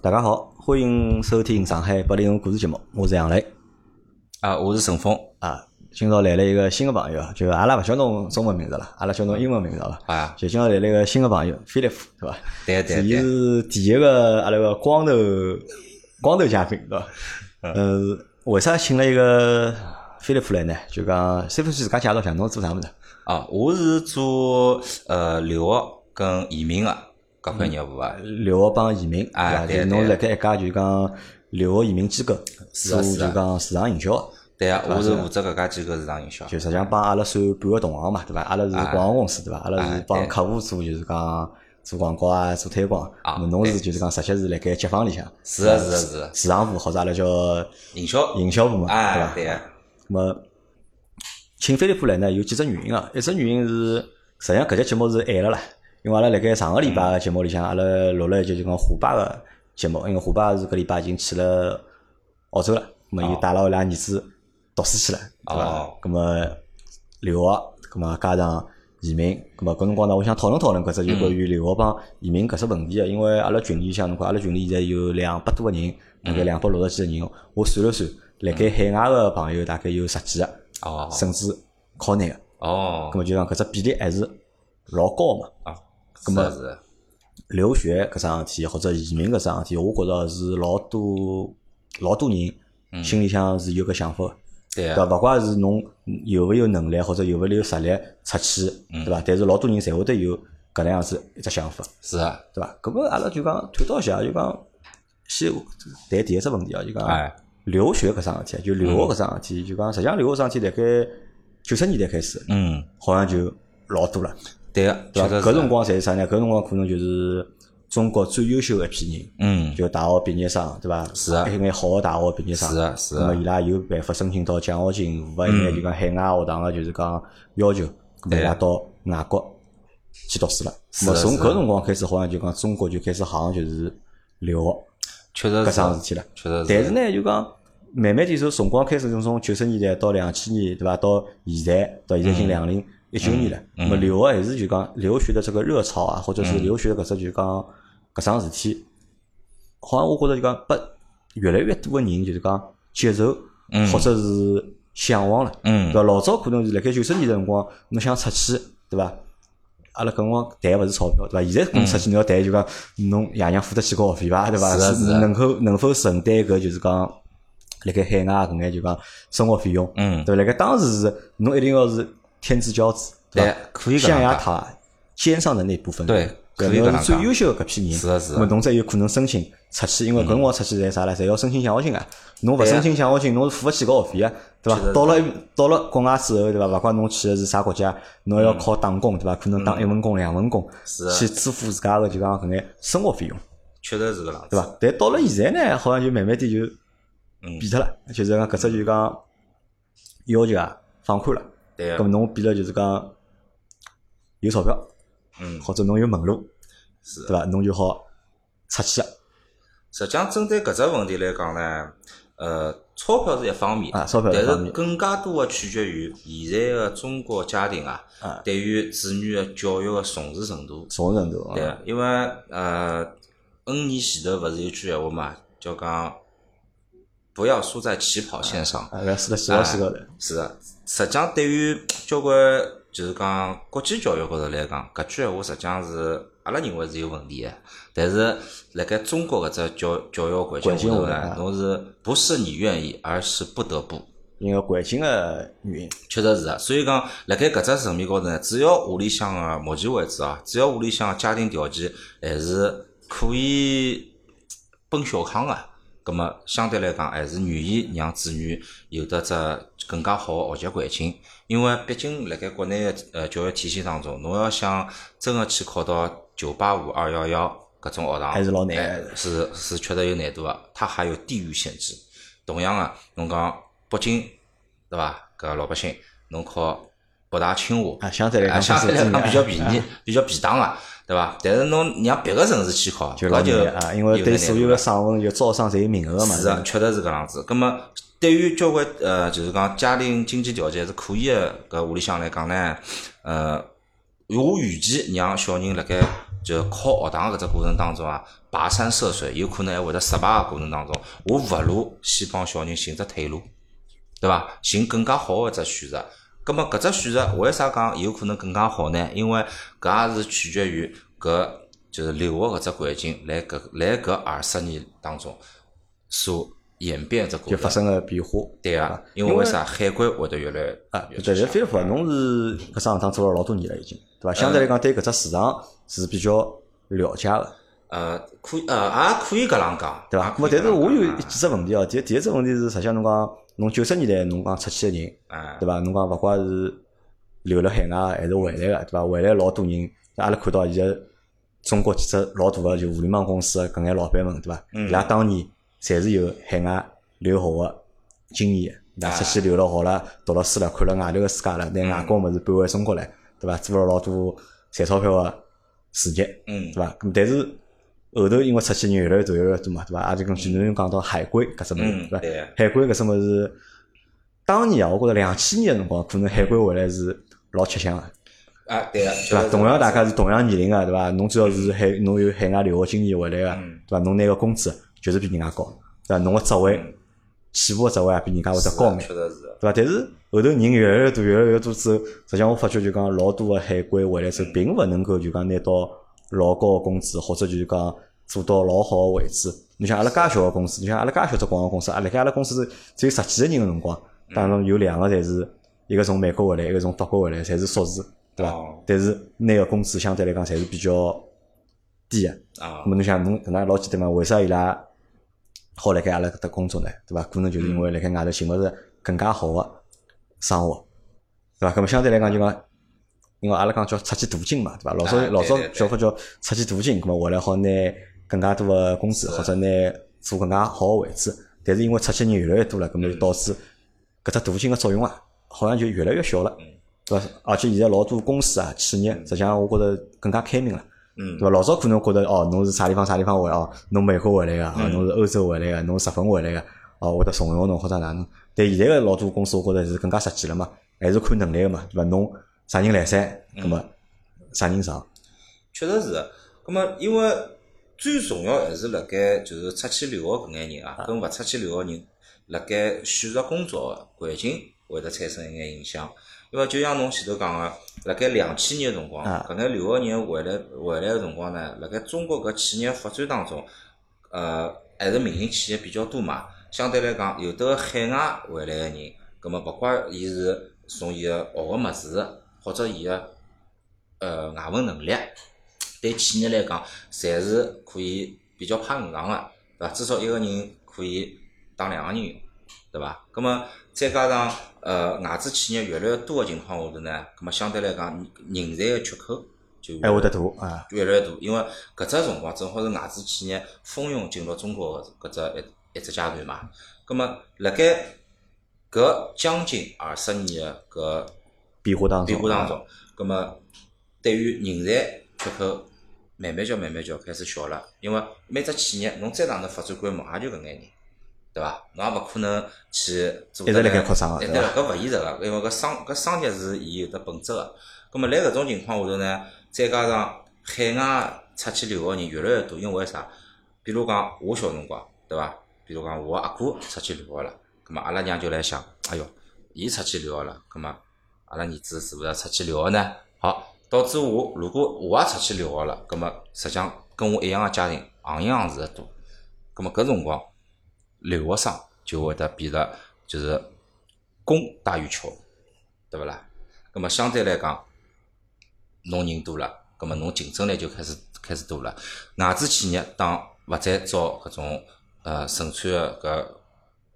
大家好，欢迎收听上海八零后故事节目，我是杨磊啊，我是陈峰啊。今朝来了一个新的朋友，就阿拉勿晓得侬中文名字了，阿拉叫侬英文名字了。啊，就今朝来了一个新的朋友，菲利普，对伐？对对伊对，是第一个阿拉个光头光头嘉宾，对伐？嗯呃，为啥请了一个菲利普来呢？就讲先不先自家介绍一下，侬做啥物事？啊，我是做呃留学跟移民的搿块业务啊，留学帮移民，哎对伐？对就对侬辣盖一家就是讲留学移民机构是做啊就是啊讲市场营销，对啊，我是负责搿家机构市场营销，就实际上帮阿拉算半个同行嘛，对伐？阿拉是广告公司，对伐？阿拉是哎帮对客户做就是讲做广告啊，做推广。啊那侬是对就是讲实际是辣盖街坊里向，是啊是啊是啊，市场部或者阿拉叫营销，营销部嘛，对哎伐？对啊，那么请飞利浦来呢，有几只原因啊？一只原因是，实际上搿节节目是晚了啦，因为阿拉辣盖上个礼拜个节目里向，阿拉录了一集就讲虎爸个节目，因为虎爸是搿礼拜已经去了澳洲了，咁么伊哦带了伊拉儿子读书去了，对伐哦？咁么留学，咁么加上。移民，咁么搿辰光呢，我想讨论讨论搿只就关嗯于留学帮移民搿只问题个，啊因为阿拉群里向，侬看阿拉群里现在有两百多个人，大嗯概两百六十几个人，我算了算，辣盖海外个朋友大概有十几个，哦甚至考内个，哦咁，么就讲搿只比例还是老高嘛。啊，咁是么啊是啊，留学搿桩事体或者移民搿桩事体，我觉着是老多老多人心里向是有搿想法的。对对伐？啊，勿怪是侬有勿有能力，或者有勿有实力出去，对伐？但是老多人侪会得有搿能样子一只想法，是啊，对伐？搿么阿拉就讲探讨一下，就讲先谈第一只问题啊，就讲哎留学搿桩事体，就留学搿桩事体，就讲实际上留学搿桩事体，大概九十年代开始，嗯，好像就老多了，对啊，对确伐？实搿是辰啊，光侪是啥呢？搿辰光可能就是中国最优秀的一批人，嗯，就大学毕业生，对伐？是啊一眼好个大学毕业生，是啊是啊那么伊拉有办法申请到奖学金，符合一眼就讲海外学堂个啊就是讲要求，咁么伊拉到外国去读书了。啊是咁么啊从是啊搿辰光开始，好像就讲中国就开始行就是留学确实搿是桩事啊，体了。确实但是啊，呢，就讲慢慢点从辰光开始，就从九十年代到两千年，对伐？到现在，到现在已经两零一九年了。那么留学还是就讲留学的这个热潮啊，或者是留学搿只就讲搿桩事体，好像我觉着就讲被越来越多的人就是讲接受，或者是向往了。对嗯，伐？老早可能是辣盖九十年代辰光，侬想出去，对伐？阿拉搿辰光谈勿是钞票，对伐？现在侬出去侬要谈就讲侬爷娘付得起交学费伐？对伐？是啊是啊能够能否承担搿就是讲辣盖海外搿眼就讲生活费用，嗯对伐？辣盖当时是侬一定要是天之骄子，伐对？可以搿象能牙介塔肩上的那部分，对搿可以搿侬能是最介优秀的搿批人，是啊是啊咾么侬才有可能申请出去，嗯因为搿辰光出去侪啥啦？侪要申请奖学金啊。侬勿对啊申请奖学金，侬是付勿起搿学费啊，对伐是？的到了一到了国外之后，对伐？勿管侬去的是啥国家，侬要靠打工，对伐？可能打一份工、两份工，嗯是啊去支付自家个就讲搿眼生活费用，确实是搿能对介，伐？但到了现在呢，好像就慢慢点就嗯变脱了，就是讲搿只就讲要求啊放宽了。对啊咁，侬变了就是讲有钞票，嗯，或者侬有门路，是啊。对伐？侬就好出去了啊实际上，针对搿只问题来讲呢，呃，钞票是一方面，啊钞票是一但方面是更加多的取决于现在的中国家庭啊，啊对于子女的教育的重视程度。什么程度？对，因为呃，N 年前头勿是有句闲话嘛，叫讲不要输在起跑线上。啊，要输在起跑线高头，是的，实际上对于交关就是讲国际教育高头来讲，搿句闲话实际上是阿拉认为是有问题的。但是辣盖中国搿只教教育环境环境下下头头啊呢，侬是不是你愿意，而是不得不。因为环境个原因，确实是啊，所以讲辣盖搿只层面高头呢，只要屋里向个目前为止啊，只要屋里向家庭条件还是可以奔小康个、葛么相对来讲还是愿意让子女有得只更加好个学习环境，因为毕竟辣盖国内个呃教育体系当中，侬要想真个去考到九八五二幺幺搿种学堂，还是老难哎是是确实有难度个，它还有地域限制。同样啊，侬讲北京对伐？搿老百姓侬考北大清华啊相对来讲啊相对来还讲是比较便宜，比较便当啊，对伐？但是侬让别个城市去考，就搿老就难啊，因为有对眼所难有度个了省份就招生侪有名额个嘛，是啊，确实是搿样子。葛么，对于交关呃，就是讲家庭经济条件还是可以的搿屋里向来讲呢，呃，我预期让小人辣盖就考学堂搿只过程当中啊，跋山涉水，有可能还会得失败个过程当中，我勿如先帮小人寻只退路，对伐？寻更加好个一只选择。葛末搿只选择为啥讲有可能更加好呢？因为搿也是取决于搿就是留学搿只环境，来搿来搿二十年当中所演变只过就发程。生个变化。对啊，因为为啥海关会得越来越啊，越对，吃但香飞利浦侬是搿只行当做了老多年了，已经对呃伐？相对来讲，对搿只市场是比较了解个，呃，可以呃，也可以搿样讲，对伐也？咾么，可以但搿是能我讲有啊几只问题哦。第第一只问题是，实际上侬讲侬九十年代侬讲出去个人，哎对伐？侬讲勿怪是留辣海外还是回来个，对伐？回来老多人，阿拉看到现在中国几只老大个就互联网公司个搿眼老板们，对伐？嗯伊拉当年侪是有海外留学个经验，对伐？啊出去留了学了，读了书了，看了外头个世界了，拿外国物事搬回中国来，对伐？做了老多赚钞票个事业，对嗯伐？咁但是后头因为出去人越来越多，越来越多嘛，对伐？也就根据侬讲到海归搿只物嗯事，对伐？对，海归搿只物事，当年啊，我觉着两千年个辰光，可能海归回来是老吃香个，啊对啊，对伐？就是同样大家是同样年龄个，对伐？侬只要是海，侬有海外留学经验回来个，嗯对伐？侬拿个工资就是比人家高，对伐？侬个职位嗯起步个职位也比人家会是得的高眼确，实是的，对伐？但是后头人越来越多，越来越多之后，实际上我发觉就讲老多个海归回来之后，并勿能够就讲拿到老高个工资，或者就是讲做到老好个位置。你像阿拉介小个公司，你像阿拉介小只广告公司，阿拉盖阿拉公司只有十几个人个辰光，当中有两个侪是一个从美国回来，一个从法国回来，侪是硕士，对伐哦？但是拿个工资相对来讲侪是比较低个。啊那，么侬想侬搿能老简单嘛？为啥伊拉好辣盖阿拉搿搭工作呢？对伐？可能就是因为辣盖外头寻勿着更加好个生活，对伐？搿么相对来讲就讲，因为阿拉讲叫出去镀金嘛，对伐？老早啊对老早对对叫法叫出去镀金，搿么回来好拿更加多个工资，或者拿做更加好个位置。但是因为出去人越来越多了，搿么就导致搿只镀金个作用啊，好像就越来越小嗯了，对伐？而且现在老多公司啊、企业，实际上我觉着更加开明了。嗯对伐？老早可能觉得哦，侬是啥地方啥地方回来哦，侬美国回来个，哦，嗯侬是欧洲回来个，侬是日本回来个，哦，会得怂恿侬或者哪能？但现在个老多公司，我觉着是更加实际了嘛，还是看能力个嘛，对伐？侬啥人来噻，嗯葛么啥人上？确实是的。那么，因为最重要还是辣盖就是出去留学搿眼人啊，跟勿出去留学人辣盖选择工作的环境会得产生一眼影响。因为就像侬前头讲个，辣盖两千年个辰光，啊搿眼留学人回来回来个辰光呢，辣盖中国搿企业发展当中，呃，还是民营企业比较多嘛。相对来讲，有的海外回来个人，葛末勿怪伊是从伊个学个物事，或者伊个呃外文能力，对企业来讲，侪是可以比较派五上个，对伐？至少一个人可以当两个人用，对伐？葛么再加上呃外资企业越来越多个情况下头呢，葛么相对来讲人才个缺口就越还来越会得大啊？越来越大，因为搿只辰光正好是外资企业蜂拥进入中国搿只一一只阶段嘛。葛么辣盖搿将近二十年个搿变化当中，啊变化当中，葛么对于人才缺口慢慢叫慢慢叫开始小了，因为每只企业侬再哪能发展规模，也就搿眼人，对伐？侬也勿可能去做一得直辣盖来扩张个啊对对伐？搿勿现实个，因为搿商搿商业是伊有得本质个。葛末辣搿种情况下头呢，再加上海外出去留学人越来越多，因为啥？比如讲我小辰光，对伐？比如讲我阿哥出去留学了，葛末阿拉娘就来想，哎哟，伊出去留学了，葛末阿拉儿子是勿是要出去留学呢？好，导致我如果我也出去留学了，葛末实际上跟我一样个家庭，行业行市个多，葛末搿辰光留学生就会得变得就是供大于求，对勿啦？葛末相对来讲，侬人多了，葛末侬竞争力就开始开始多了。外资企业当勿再招搿种呃纯粹个搿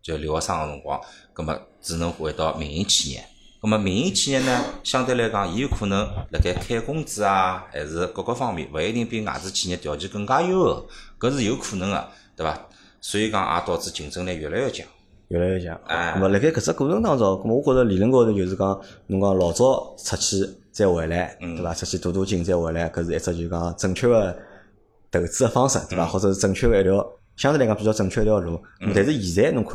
就留学生个辰光，葛末只能回到民营企业。葛末民营企业呢，相对来讲，伊有可能辣盖开工资啊，还是各个方面，勿一定比外资企业条件更加优厚，搿是有可能个、对伐？所以讲也导致竞争力越来越强。越来越强。哎咁么辣盖搿只过程当中，咁我觉着理论高头就是讲，侬讲老早出去再回来，对伐？出去镀镀金再回来，搿是一只就是讲正确个投资个方式，对伐？或者是正确个一条相对来讲比较正确一条路。咁但是现在侬看，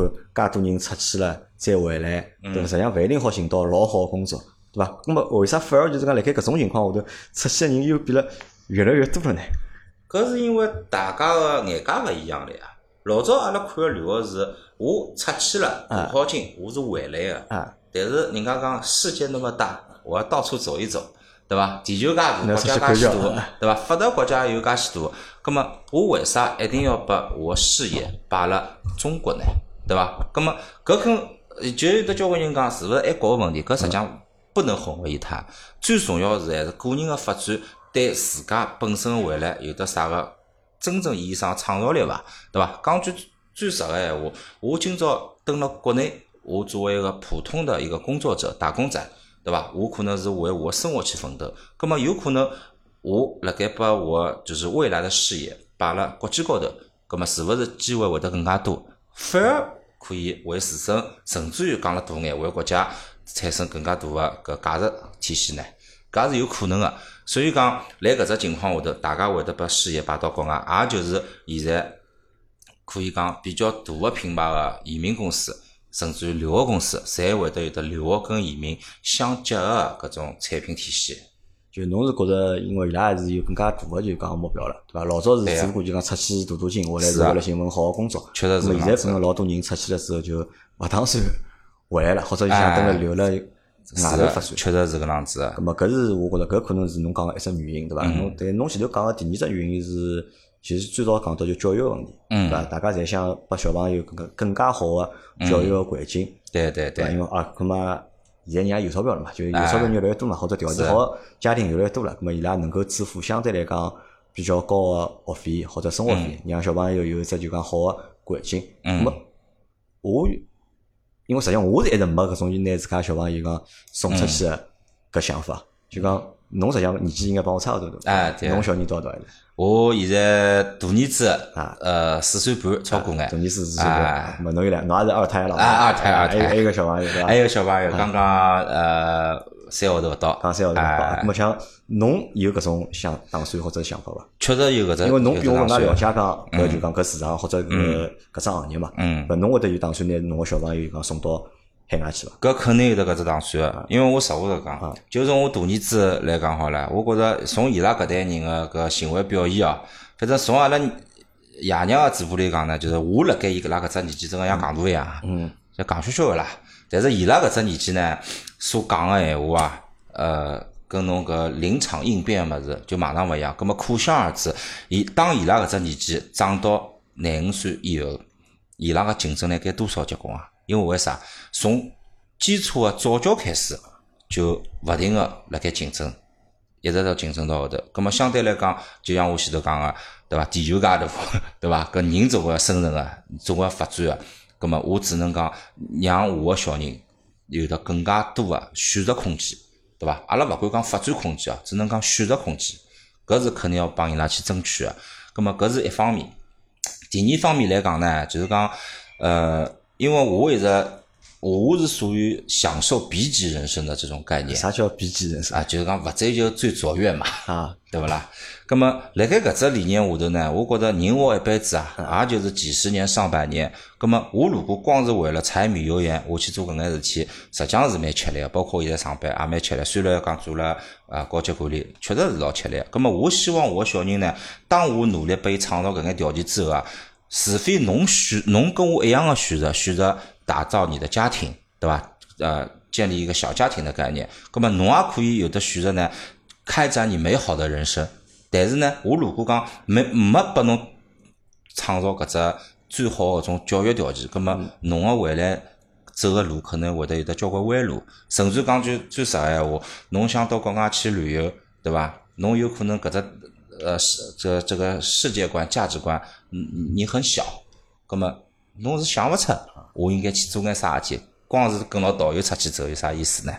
介多人出去了再回来，对伐？实际上勿一定好寻到老好个工作，对伐？咁么为啥反而就是讲辣盖搿种情况下头，出去个人又变了越来越多了呢？搿是因为大家个眼界勿一样了呀。老早阿拉看个旅游是，我出去了镀好金，我是回来个。啊，但是人家讲世界那么大，我要到处走一走，对伐？地球介大，那国是家介去许看多看，对伐？发达国家有介许多，葛么我为啥一定要把我事业摆辣中国呢？对伐？葛么搿跟呃就有得交关人讲，是勿是爱国个问题？搿实际上不能混为一谈。最重要是还是个人个发展对自家本身个未来有得啥个真正意义上创造力伐？对伐？讲句最实个闲话，我今朝蹲辣国内，我作为一个普通的一个工作者、打工仔，对伐？我可能是为我生活去奋斗，葛么有可能我辣盖把我就是未来的事业摆辣国际高头，葛么是勿是机会会得更加多？反而可以为自身，甚至于讲了大眼，为国家产生更加大个搿价值体系呢？搿也是有可能个。所以讲，辣搿只情况下头，大家会得把事业摆到国外，也就是现在可以讲比较大个品牌个移民公司，甚至于留学公司，侪会得有得留学跟移民相结合个搿种产品体系。就侬是觉着，因为伊拉还是有更加大个就讲目标了，对伐？老早是对啊只不过就讲出去镀镀金，回来是是啊为了寻份好个工作。确实是那么搿现样在子可能老多人出去了之后就勿打算回来了，或者就想哎等了留了外是头的发展。确实是搿能子咁个。么搿是我觉着搿可能是侬讲个一只原因，对伐？嗯侬但侬前头讲个第二只原因是，其实最早讲到就教育个问题，嗯嗯对伐？大家侪想拨小朋友更加更加好个教育个环境，对对对伐？对哎因，为啊，咁么现在人家有钞票了嘛，就有钞票人越来越多嘛，或者条件是好个家庭越来越多了，咁么伊拉能够支付相对来讲比较高个学费或者生活费，让小朋友有一只就讲好个环境。嗯咁么我因为实际上我是一直没搿种拿自家小朋友讲送出嗯去的搿想法，就讲侬实际上年纪应该帮我差勿多对伐？哎对侬小人多少大了？我现在大儿子啊呃四岁半，超过眼大。年四十岁哎了，咁么侬有两，侬也是二胎了嘛？哎二胎二胎还有还有一个小朋友对伐还？有小啊朋友刚刚呃三个号头勿到，讲三号头哎好，那么像侬有搿种想打算或者想法伐？确实有搿只，因为侬比我更加了有搿只打解算。讲搿就讲搿市场或者搿搿只行业嘛，嗯搿侬会得有打算拿侬个小朋友讲送到海外去伐？搿肯定有得搿只打算个，因为我实话实啊讲，就从我大儿子来讲好了，我觉着从伊拉搿代人个搿行为表现哦，反正从阿拉爷娘个嘴巴里讲呢，就是我辣盖伊搿拉搿只年纪，真个像戆大一样，嗯，像戆羞羞个啦。但是伊拉搿只年纪呢，所讲个闲话啊，呃，跟侬搿临场应变个物事就马上勿一样。葛末可想而知，伊当伊拉搿只年纪长到廿五岁以后，伊拉个竞争力该多少结棍啊！因为为啥？从基础个早教开始，就勿停个辣盖竞争，一直到竞争到后头。葛么相对来讲，就像我前头讲个，对伐？地球介大， 对伐？搿人啊总归要生存个，总归要发展个。葛么我只能讲，让我个小人有得更加多个选择空间，对伐？阿拉勿敢讲发展空间啊，只能讲选择空间，搿是肯定要帮伊拉去争取个。葛么搿是一方面。第二方面来讲呢，就是讲，呃，因为我一直我是属于享受 B 级人生的这种概念啥叫比肩人生啊，就是讲勿追求最卓越嘛，啊？对勿啦？咁么，辣盖搿只理念下头呢，我觉着人活一辈子啊，也就是几十年、上百年。咁么，我如果光是为了柴米油盐，我去做搿眼事体，实际上是蛮吃力个。包括现在上班也蛮吃力。虽然讲做了啊高级管理，确实是老吃力个。咁么，我希望我小人呢，当我努力拨伊创造搿眼条件之后啊，除非侬选，侬跟我一样的选择，选择打造你的家庭，对吧？呃，建立一个小家庭的概念。那么侬也可以有的选择呢，开展你美好的人生。但是呢，我如果讲没没拨侬创造搿只最好个种教育条件，葛么侬个未来走个路可能会得有得交关弯路，甚至讲句最实闲话，侬想到国外去旅游，对伐？侬有可能搿只呃世这这个世界观、价值观，嗯你很小，葛么侬是想勿出我应该去做眼啥事体。光是跟牢导游出去走有啥意思呢？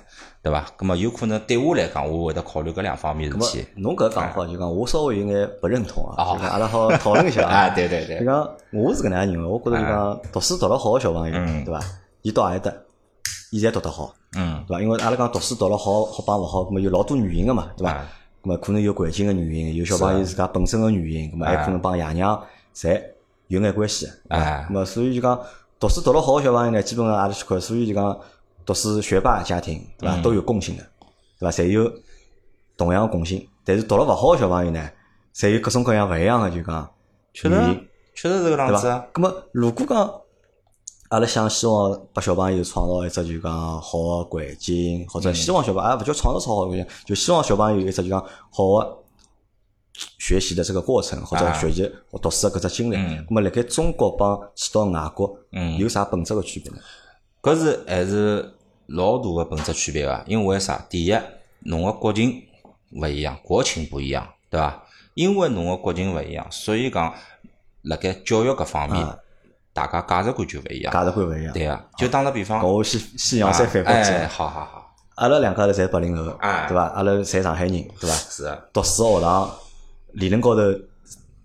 对伐？葛么有可能对我来讲，我会得考虑搿两方面事咁么体。侬搿讲法就讲我稍微有眼不认同啊，哎哦就讲阿拉好讨论一下 啊，对对就对，讲我是搿能样认为，我觉着就讲读书读了好个小朋友，哎嗯对伐？伊到何里搭，伊侪读得好，嗯，对伐？因为阿拉讲读书读了好好帮勿好，咁么有老多原因个嘛，对伐啊？咁么可能有环境个原因，有小朋友自家本身个原因，咁么还可能帮爷娘侪有眼关系，对伐啊咁么所以就讲读书读了好个小朋友呢，基本上阿拉去看，所以就讲读书学霸的家庭，对伐？都有共性的，对伐？侪有同样的共性，但是读了勿好个小朋友呢，侪有各种各样勿一样个就讲确原实因，确实是搿对样子伐啊。？咁么如果讲阿拉想希望拨小朋友创造一只就讲好个环境，或嗯者希望小朋友啊勿叫创造出好个环境，就希望小朋友有一只就讲好个学习的这个过程，或者啊学习或读书的搿只经历。嗯咁么辣盖中国帮去到外国嗯有啥本质个区别呢？搿是还是老大个本质区别个，因为啥？第一，侬个国情勿一样，国情不一样，对伐？因为侬个国情勿一样，所以讲辣盖教育搿方面，大家嗯价值观就勿一样。价值观勿一样。对啊，就打个比方，搿我先先让再反驳一哎，下，好好好，阿拉两家头侪八零后，哎对伐？阿拉侪上海人，对伐？是啊，读书学堂理论高头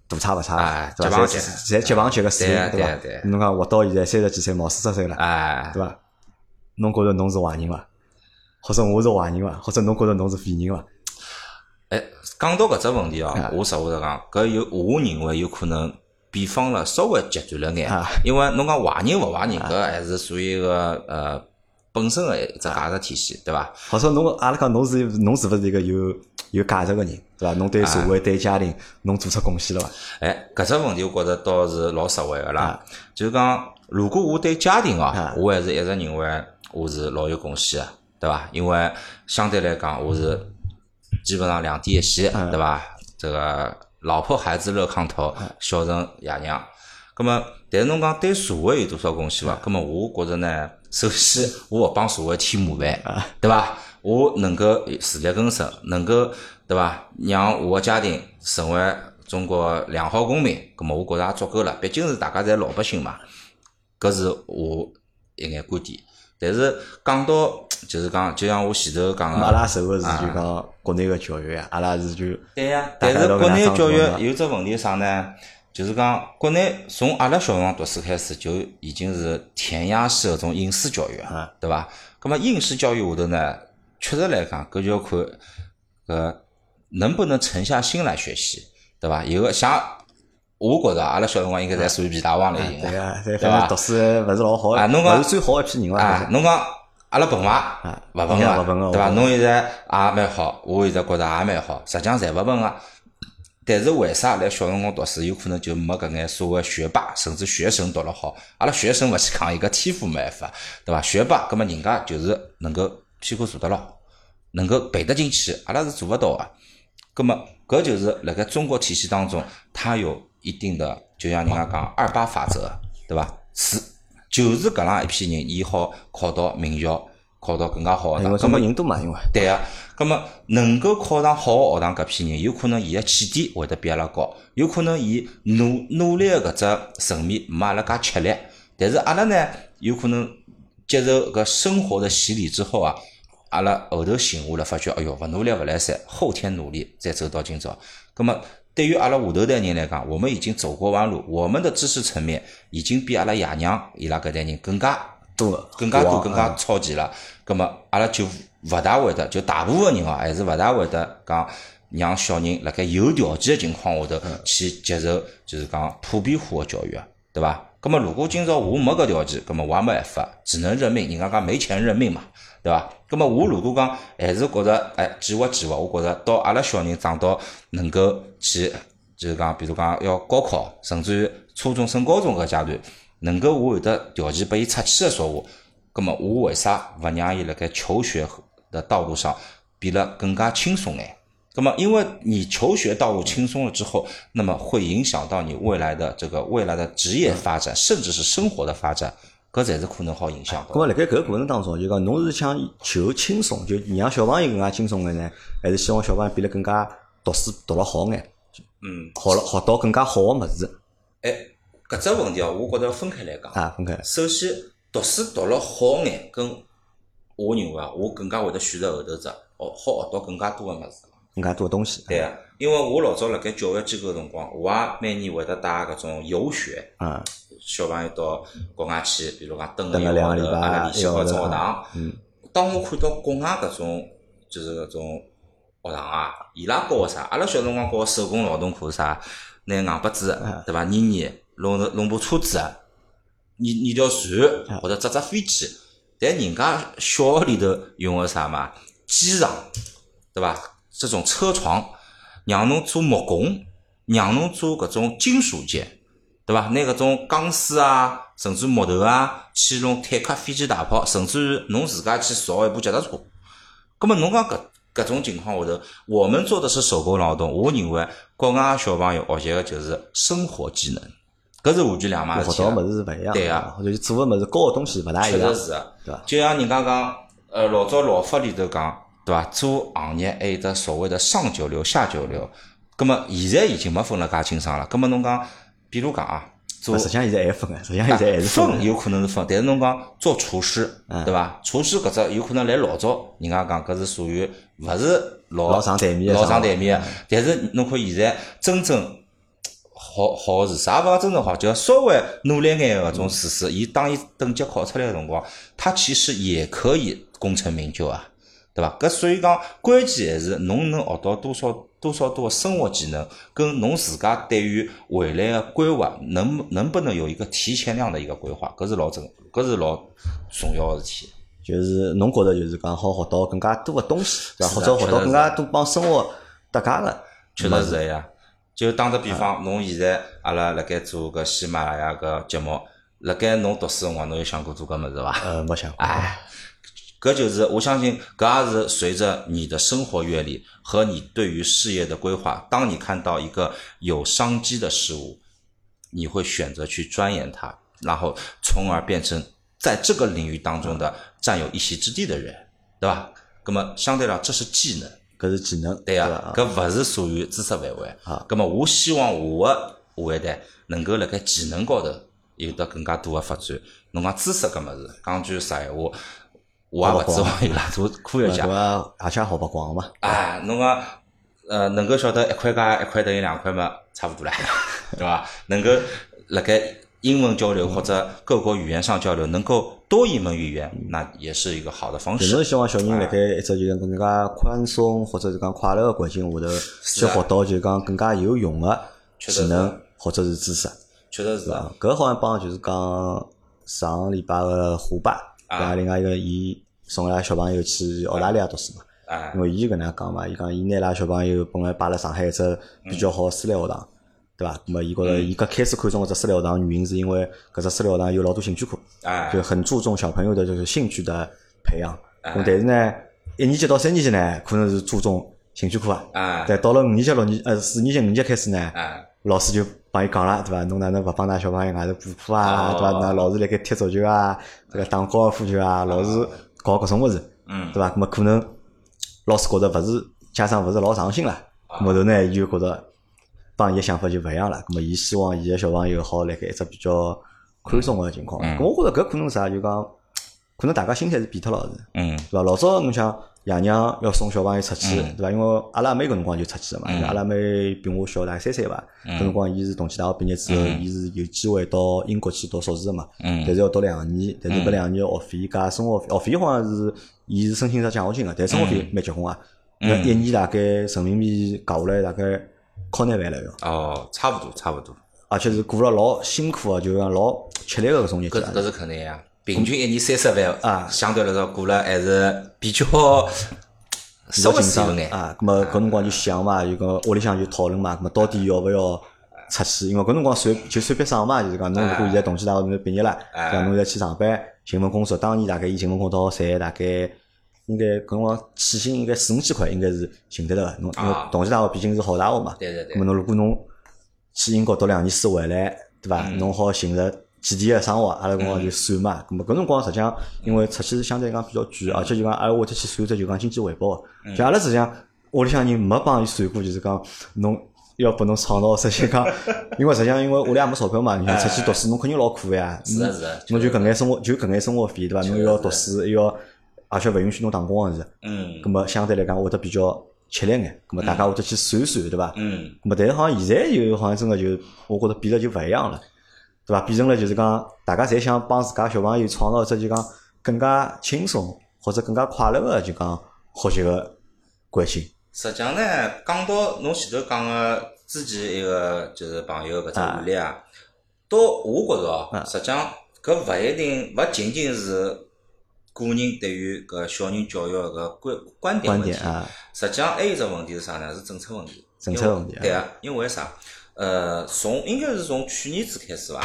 大差勿差哎，对伐？接棒侪接侪接棒接个水对平，啊伐对啊对啊？侬讲活到现在三十几岁，毛四十岁了，哎，对伐？侬觉着侬是坏人伐？或者我是坏人伐？或者侬觉着侬是废人伐？哎，讲到搿只问题哦，啊我实话实讲，搿有我认为有可能比方了稍微极端了眼啊，因为侬讲坏人勿坏人，搿还是属于一个呃本身的一只价值体系，对伐？或者侬阿拉讲侬是侬是勿是一个有有价值个人，对伐？侬对社会、对家庭，侬做出贡献了伐？哎，搿只问题我觉着倒是老实惠个啦，就是讲如果我对家庭啊哦，我还是一直认为我是老有贡献个，对伐？因为相对来讲，我是基本上两点一线，啊对伐？这个老婆孩子热炕头，孝顺爷娘。咁么，但是侬讲对社会有多少贡献伐？咁么，我觉着呢，首先我勿帮社会添麻烦，对伐？我能够自力更生，能够对伐？让我个家庭成为中国良好公民，咁么我觉着也足够了。毕竟是大家侪老百姓嘛，搿是我一眼观点。但是讲到就是讲，就像我前头讲咁阿个，拉受个是就讲国内个教育哎啊，阿拉是就对呀，大但家是都国跟他内上教学嘛育有只问题是啥呢？就是讲国内从阿拉小辰光读书开始就已经是填鸭式搿种应试教育啊，对伐？咁么应试教育下头呢，确实来讲，搿就要看搿能不能沉下心来学习，对伐？有个像我觉着阿拉小辰光应该侪属于比大王类型啊对个，个，对，哎对反正伐读书勿是老好的，啊侬勿讲是最好一批人伐？啊，侬讲阿拉笨伐？勿笨应该啊勿笨啊对伐？我侬现在也蛮好，我现在觉着也蛮好，实际上侪勿笨啊。但是为啥来小辰光读书，有可能就没搿眼所谓学霸，甚至学神读了好？阿拉学神勿去抗议，搿天赋没办法，对伐？学霸，搿么人家就是能够屁股坐得牢，能够背得进去，阿拉是做勿到啊。葛么搿就是辣盖中国体系当中，它有一定的，就像人家讲二八法则，对伐？是，就是搿样一批人，伊好考到名校，考到更加好的因为大学。葛中么国人多嘛，因为对啊，葛么能够考上好个学堂搿批人，有可能伊个起点会得比阿拉高，有可能伊努努力个搿只层面没阿拉介吃力，但是阿拉呢，有可能接受搿生活的洗礼之后啊，阿拉后头醒悟了，发觉哎哟，勿努力勿来三，后天努力再走到今朝。葛么对于阿拉下头代人来讲，我们已经走过弯路，我们的知识层面已经比阿拉爷娘伊拉搿代人更加多啊个更加多、广更加超前了。咁么，阿拉就勿大会得，就大部分人哦，还是勿大会得讲让小人辣盖有条件的情况下头去接受，就是讲普遍化的教育，啊对伐？咁么，如果今朝我没搿条件，咁么我也没办法，只能认命。人家讲没钱认命嘛，对伐？咁么，我如果讲还是觉着，哎，计划计划，我觉着到阿拉小人长到能够去，就是讲，比如讲要高考，甚至于初中升高中搿阶段，能够我有得条件拨伊出去个说话，咁么我为啥勿让伊辣盖求学的道路上变得更加轻松眼？那么，因为你求学道路轻松了之后，那么会影响到你未来的这个未来的职业发展，甚至是生活的发展，搿才是可能好影响咁到。么，辣盖搿个过程当中，就讲侬是想求轻松，就让小朋友更加轻松个呢，还是希望小朋友变得更加读书读了好眼，嗯，好了学到更加好个物事哎，搿只问题哦，我觉着分开来讲。啊？分开首先，读书读了好眼，跟我认为啊，我更加会得选择后头只，哦，好学到更加多的物事。更加多东西。对啊，因为我老早辣盖教育机构辰光，我也每年会得带搿种游学啊，小朋友到国外去，比如讲蹲等一个两个个礼号头，拜阿拉联系一好个只号头学堂嗯。当我看到国外搿种就是搿种学堂啊，伊拉教个啥？阿拉小辰光教个手工劳动课是啥，拿硬把子啊对伐？捏捏，弄弄部车子，捏捏条啊船或者扎扎飞机。但人家小学里头用个啥嘛？机场对伐？这种车床，让侬做木工，让侬做搿种金属件，对伐？拿搿种钢丝啊，甚至木头啊，去弄坦克、飞机、大炮，甚至于侬自家去造一部脚踏车。葛么侬讲搿搿种情况下头，我们做的是手工劳动，我认为国外小朋友学习个就是生活技能，搿是完全两码学事体到啊。的物事是勿一样的，对啊或者是做的物事教的东西勿大一确样实，是啊对伐，就像人家讲，呃，老早老法里头讲，对伐？做行业还有得所谓的上九流、下九流，葛么现在已经没分了介清爽了。葛么侬讲，比如讲啊，做勿实际上现在还分个，啊实际上现在还是啊分个。有可能是分，但是侬讲做厨师，对伐？厨师搿只有可能来老早，人家讲搿是属于勿是老老上台面的老上生活台面的。啊但是侬看现在真正好好个厨师，也勿讲真正好，就稍微努力眼个搿种厨师，伊当伊等级考出来个辰光，他其实也可以功成名就啊，对伐？搿所以讲，关键还是侬能学到多少多少多的生活技能，跟侬自家对于未来个规划能能不能有一个提前量的一个规划，搿是老重，搿是老重要个事体。就是侬觉得就是讲好学到更加多的东西，对伐？是或者的学到确实更加多帮生活搭界的。确实是这样。就打只比方，侬现在阿拉辣盖做搿喜马拉雅搿节目，辣盖侬读书辰光，侬有想过做搿物事伐？呃，没想过。哎，搿就是我相信，搿也是随着你的生活阅历和你对于事业的规划，当你看到一个有商机的事物，你会选择去钻研它，然后从而变成在这个领域当中的占有一席之地的人，对吧？那么相对来讲，这是技能。搿是技能，对啊伐呀，搿勿是属于知识范围。啊咁么我希望我个下一代能够辣盖技能高头有得更加多个发展。侬讲知识搿物事，讲句实闲话，我也勿指望伊拉做科学啊对 家。伐？而且好不光嘛，啊，侬讲呃，能够晓得一块加一块等于两块嘛，差不多啦， 对伐？能够辣盖英文交流或者各国语言上交流，能够多一门语言，那也是一个好的方就是侬式。希望小人辣盖一只就是讲更加宽松或者是讲快乐个环境下头，去啊学到就是讲更加有用个确技实能或者是知识。确实是啊，啊，搿好像帮就是讲上礼拜个虎爸，啊搿啊另外一个伊送伊拉小朋友去澳大利亚读书嘛，啊因为伊就搿能样讲嘛，伊讲伊拿伊拉小朋友本来摆辣上海一只比较好个私立学堂，对伐？那么伊觉着伊搿开始看中搿只私立学堂原因是因为搿只私立学堂有老多兴趣课，啊就很注重小朋友的就是兴趣的培养。啊咁但是呢，一年级到三年级呢，可能是注重兴趣课啊。啊但到了五年级、六年呃四年级、五年级开始呢，啊！老师就帮伊讲了，对伐？侬哪能勿帮㑚小朋友外头补课啊？哦对伐？㑚老是辣盖踢足球啊，这个打高尔夫球啊，老是搞搿种物事，嗯对伐？咁么可能老师觉着勿是家长勿是老上心了，啊咁后头呢，伊就觉着帮伊个想法就勿一样了。咁么伊希望伊个小朋友好辣盖一只比较宽松个情况。嗯咁我觉着搿可能啥就讲，可能大家心态是变脱了是。嗯对伐？老早侬想爷娘要送小朋友出去，嗯对伐？因为阿拉妹搿辰光就出去了嘛，因为阿拉妹比我小大概三岁吧。嗯搿辰光伊是同济大学毕业之后，伊是有机会到英国去读硕士的嘛，嗯但是要读两年，但是搿两年学费加生活费，学费好像是伊是申请只奖学金个，但生活嗯费蛮结棍啊，那一年大概人民币加下来大概靠廿万了要，哦，差不多，差不多，而且是过了老辛苦啊，就讲老吃力个搿种日搿子是啊。搿是肯定呀。平均一年三十万啊相对来说过了还是比 较稍微紧自张由眼。啊。咁么搿辰光就想啊嘛，就跟屋里向就讨论嘛，咁么到底要勿要出去？因为搿辰光随就随便上嘛，就是讲侬如果现在同济大学侬毕业了，啊讲侬现在去上班寻份工作，当年大概伊寻份工作啊赚大概应该搿辰光起薪应该四五千块，应该是寻得到个。侬因为啊同济大学毕竟是好大学嘛，对对咁么对，侬如果侬去英国读两年书回来，对伐？嗯侬好寻着几天个生活，阿拉搿辰光就算嘛。咁么搿辰光实际上，因为出去是相对来讲比较贵，而且就讲阿拉会得去算只就讲经济回报嗯个。就阿拉实际上屋里向人没帮伊算过，就是讲侬。要拨侬创造，实际 讲，因为实际上，因为屋里也没钞票嘛，你想出去读书，侬肯定老苦个呀。哎是啊的是的侬就搿眼生活，就搿眼生活费，对伐？侬又啊要读书，又要，而且勿允许侬打工个是，嗯咁么相对来讲会得比较吃力眼。咁么大家会得去算一算，对伐？嗯，咁么，但是好像现在就好像真个就，我觉着变得就勿一样了，对伐？变成了就是讲，大家侪想帮自家小朋友创造一只就讲更加轻松或者更加快乐个就讲学习个环境。实际上呢，讲到侬前头讲个之前一个就是朋友搿只案例啊，到我觉着哦，实际上搿勿一定，勿仅仅是个人对于搿小人教育个观观点观问点题，啊，实际上还有一只问题是啥呢？是政策问题。政策问题因为对啊，因为为啥？呃，从应该是从去年子开始伐，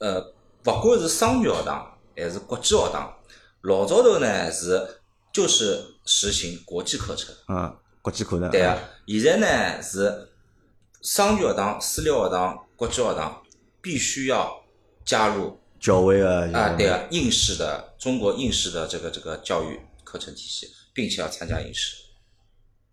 呃，勿管是商业学堂还是国际学堂，老早头呢是就是实行国际课程，嗯，国际课程，对啊，嗯现在呢是商学学堂、私立学堂、国际学堂必须要加入教会个啊，对啊，应试的中国应试的这个这个教育课程体系，并且要参加应试。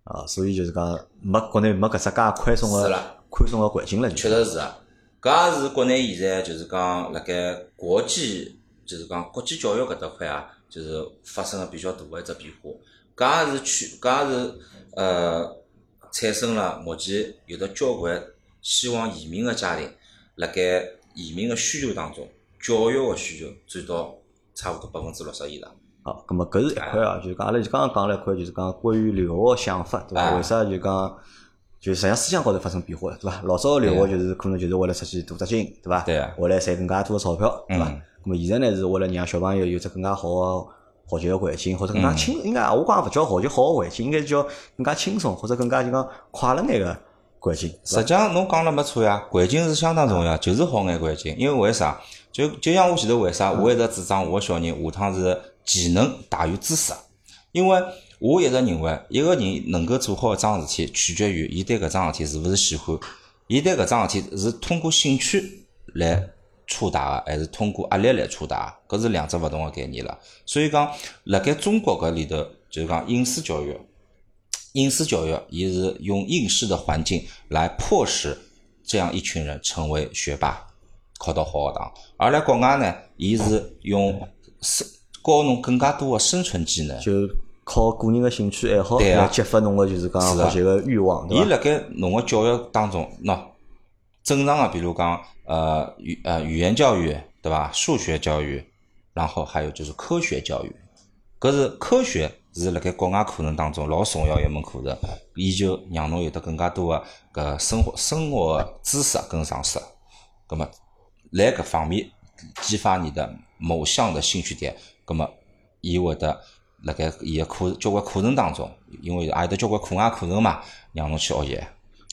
啊，所以就是讲没国内没搿只介宽松是个啦宽松个环境了，确就实是啊，搿也是国内现在就是讲辣盖国际，就是讲国际教育搿搭块啊，就是发生了比较大个一只变化。搿也是去，搿也是呃，产生了目前有的交关希望移民个家庭，辣盖移民个需求当中，教育个需求占到差勿多百分之六十以上。好，咁么搿是一块啊，就是讲阿拉就刚刚讲了一块，就是讲关于留学个想法，对伐？啊为啥就讲就实际上思想高头发生变化了，对伐？老早留学就是可能就是为了出去镀只金，对伐？啊对啊嗯为了赚更加多个钞票，对伐？咁么现在呢是为了让小朋友有只更加好个学习个环境，或者更嗯加轻，应该啊我讲勿叫学习好个环境，应该叫更加轻松或者更加就讲快乐眼个环境，对实伐？际上侬讲了没错呀，环境是相当重要，就是好眼环境。因为为啥？就就像我前头为啥，我一直主张我个小人下趟是技能大于知识，因为我一直认为一个人能够做好一桩事体，取决于伊对搿桩事体是勿是喜欢，伊对搿桩事体是通过兴趣来触达个，还是通过压力来触达个，搿是两只勿同个概念了。所以讲，辣盖中国搿里头，就是讲应试教育。应试教育，也是用应试的环境来迫使这样一群人成为学霸，考到好学堂。而来国外呢，伊是用生教侬更加多的生存技能。就靠个人个兴趣爱好对啊来激发侬个就是讲是啊学习个欲望，对伊伐？辣盖侬个教育当中，喏，正常个，比如讲，呃，语呃语言教育，对伐？数学教育，然后还有就是科学教育，搿是科学是辣盖国外课程当中老重要一门课程，伊就让侬有得更加多个搿生活生活的知识跟常识，葛么来搿方面激发你的某项的兴趣点，葛么伊会得辣盖伊个课交关课程当中，因为也有得交关课外课程嘛，让侬去学习。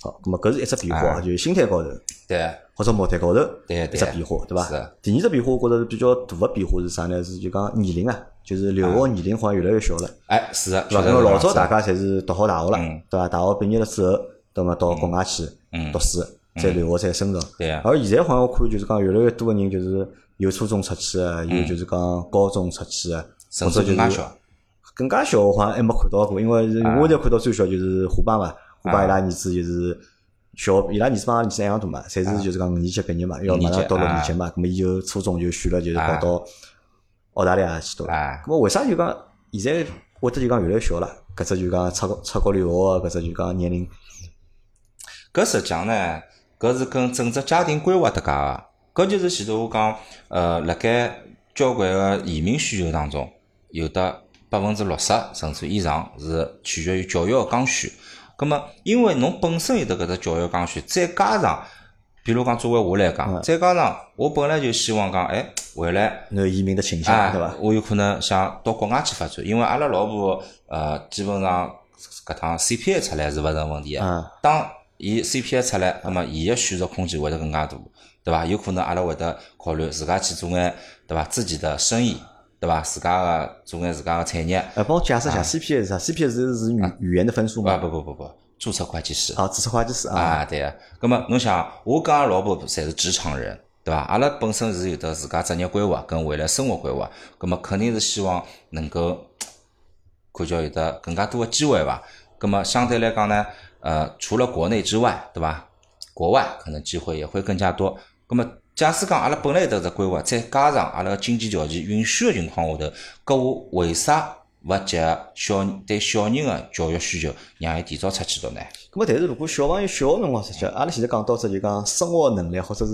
好，咁么搿是一只变化啊，就是心态高头。对，或者模特高头对一对只变化，对是伐？第二只变化，我觉着比较大个变化是啥呢？是就讲年龄啊，就是留学年龄好像越来越小了，哎，是的，对伐？确实因为是老这早大样子家侪是读好大学了嗯，对伐？大学毕业了之后，那么到国外去嗯读书，再留学再深造。对啊而现在好像我看就是讲越来越多个人就是有初中出去的，有就是讲高中出去的，嗯甚或至者就更加是小，更加小，我好像还没看到过，因为是啊我现在看到最小就是虎爸嘛，虎爸伊拉儿子就是小，伊拉儿子帮阿拉儿子一样大嘛，侪啊是就是讲五年级毕业嘛，要马上到六年级嘛，咁么伊就初中就选了就是跑到澳大利亚去读了。啊咁么为啥就讲现在会得就讲越来越小了？搿只就讲出国出国留学的搿只就讲年龄，搿实际上呢，搿是跟整只家庭规划搭界个。搿就是前头我讲，呃，辣盖交关个移民需求当中，有的百分之六十甚至以上是取决于教育个刚需。葛么，因为侬本身有得搿只教育刚需，再加上，比如讲作为我来讲，再加上我本来就希望讲，哎，回来。侬有移民的倾啊，向，对伐？我有可能想到国外去发展，因为阿拉老婆呃，基本上搿趟 CPA 出来是勿成问题嗯个。当伊 CPA 出来，那么伊个选择空间会得更加大，对伐？有可能阿拉会得考虑自家去做眼，对伐？自己的生意，对伐？自家个做眼自家个产业。呃，帮我解释一下 CPA 是啥？CPA 是是语语言的分数啊嘛？不不不不，注册会计师。啊，注册会计师啊，啊，对啊。咁么，侬想，我跟阿拉老婆侪是职场人，对伐？阿拉本身是有得自家职业规划跟未来生活规划，咁么肯定是希望能够看叫有得更加多的机会伐？咁么相对来讲呢，呃，除了国内之外，对伐？国外可能机会也会更加多。咁么，假使讲阿拉本来有得只规划，再加上阿拉个经济条件允许个情况下头，搿我为啥勿结合小对小人个教育需求，让伊提早出去读呢？咁么，但是如果小朋友小个辰光出去，阿拉现在讲到这就讲生活能力或者是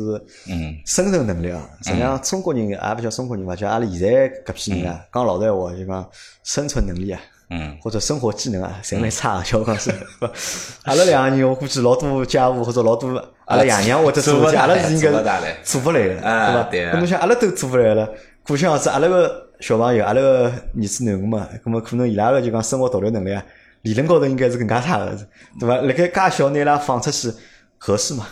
嗯生存能力啊，实际上中国人也勿叫中国人嘛，就阿拉现在搿批人啊，讲老实闲话就讲生存能力啊，嗯。或者生活技能啊，侪蛮差个，小讲是。 阿拉两个人，我估计老多家务或者老多阿拉爷娘或者做做不家，阿大拉嘞是应做不大该嘞是做不来个，对啊伐？对啊那侬想，阿拉都做不来了，可想而知，阿拉个小朋友，阿拉个儿子囡恩嘛，那么可能伊拉个就讲生活独立能力啊，理论高头应该是更加差的，对伐？辣盖介小拿伊拉放出去合适嘛？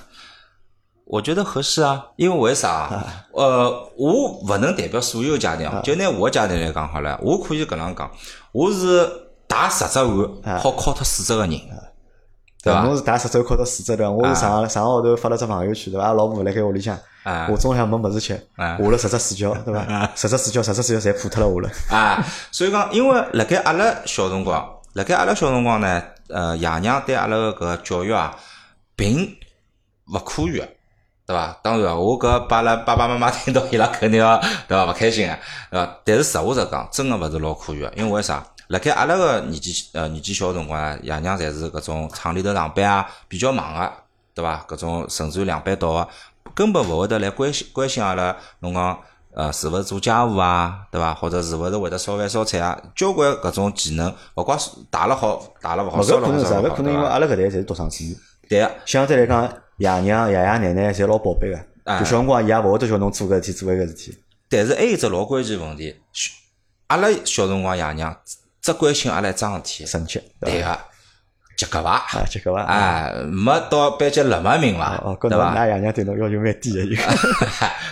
我觉得合适啊，因为为啥啊？呃，我不能代表所有家庭啊，就拿我家庭来讲好了，我可以搿能讲，我是打十只碗好敲脱四只个人，对啊伐侬是打十周考到四周对伐？我是上上个号头发了只朋友圈对伐？阿拉老婆辣盖屋里向，啊我中浪向没物事吃，啊下了十只水饺对伐？十只水饺，十只水饺侪破脱了我了。啊，所以讲，因为辣盖阿拉小辰光，辣盖阿拉小辰光呢，呃，爷娘对阿拉个搿个教育啊，并勿科学，对伐？当然，我搿把阿拉爸爸妈妈听到，伊拉肯定要对伐勿开心啊，对伐？但是实话实讲，真个勿是老科学，因为为啥？辣盖阿拉个年纪呃年纪小辰光啊，爷娘侪是搿种厂里头上班啊，比较忙啊，对伐？搿种甚至于两班倒啊，根本勿会得来关心关心阿拉侬讲呃是勿是做家务啊，对伐？或者是勿是会得烧饭烧菜啊，交关搿种技能，勿怪带了好带哦了勿好，勿烧搿了可勿能是好啥？烧了勿搿好，可能因为对伐阿拉搿代侪是独生子女，对啊相对来讲，爷娘、爷爷奶奶侪老宝贝个哎。就小辰光伊也勿会得叫侬做搿事体做搿事体，但是还有一只老关键问题，小阿拉小辰光爷娘只关心阿拉一桩事体，省级对对伐？个，及格伐？啊，结个伐？哎，没到班级六万名伐哦，？搿对侬伐？㑚爷娘对侬要求蛮 低个一个。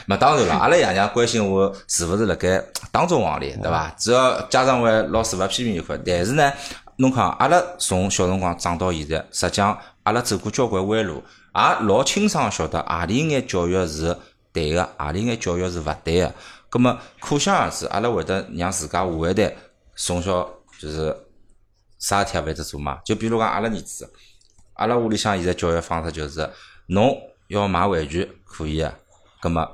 没当然了，阿拉爷娘关心我是勿是辣盖当中往里，对伐？只要家长会老师勿批评一块，但是呢，侬看阿拉从小辰光长到现在，实际上阿拉走过交关弯路，也老清爽晓得何里眼教育是对个，何里眼教育是勿对个。葛么可想而知，阿拉会得让自家下一代从小就是啥事体也勿会得做嘛。就比如讲阿拉儿子，阿拉屋里向现在教育方式就是，侬要买玩具可以个，葛么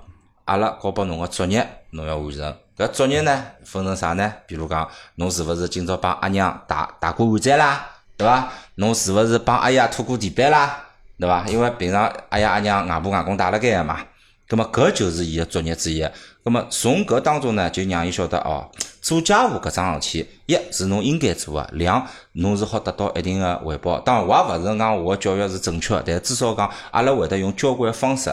阿拉交拨侬个作业，侬要完成。搿作业呢，分成啥呢？比如讲，侬是勿是今朝帮阿娘打打过碗盏啦，对伐？侬是勿是帮阿爷拖过地板啦，对伐？因为平常阿爷阿娘外婆外公带辣盖个嘛。葛么搿就是伊个作业之一。葛么从搿当中呢，就让伊晓得哦，做家务搿桩事体，一是侬应该做个，两侬是好得到一定个回报。当然，我也勿是讲我个教育是正确的，但至少讲阿拉会得用交关方式。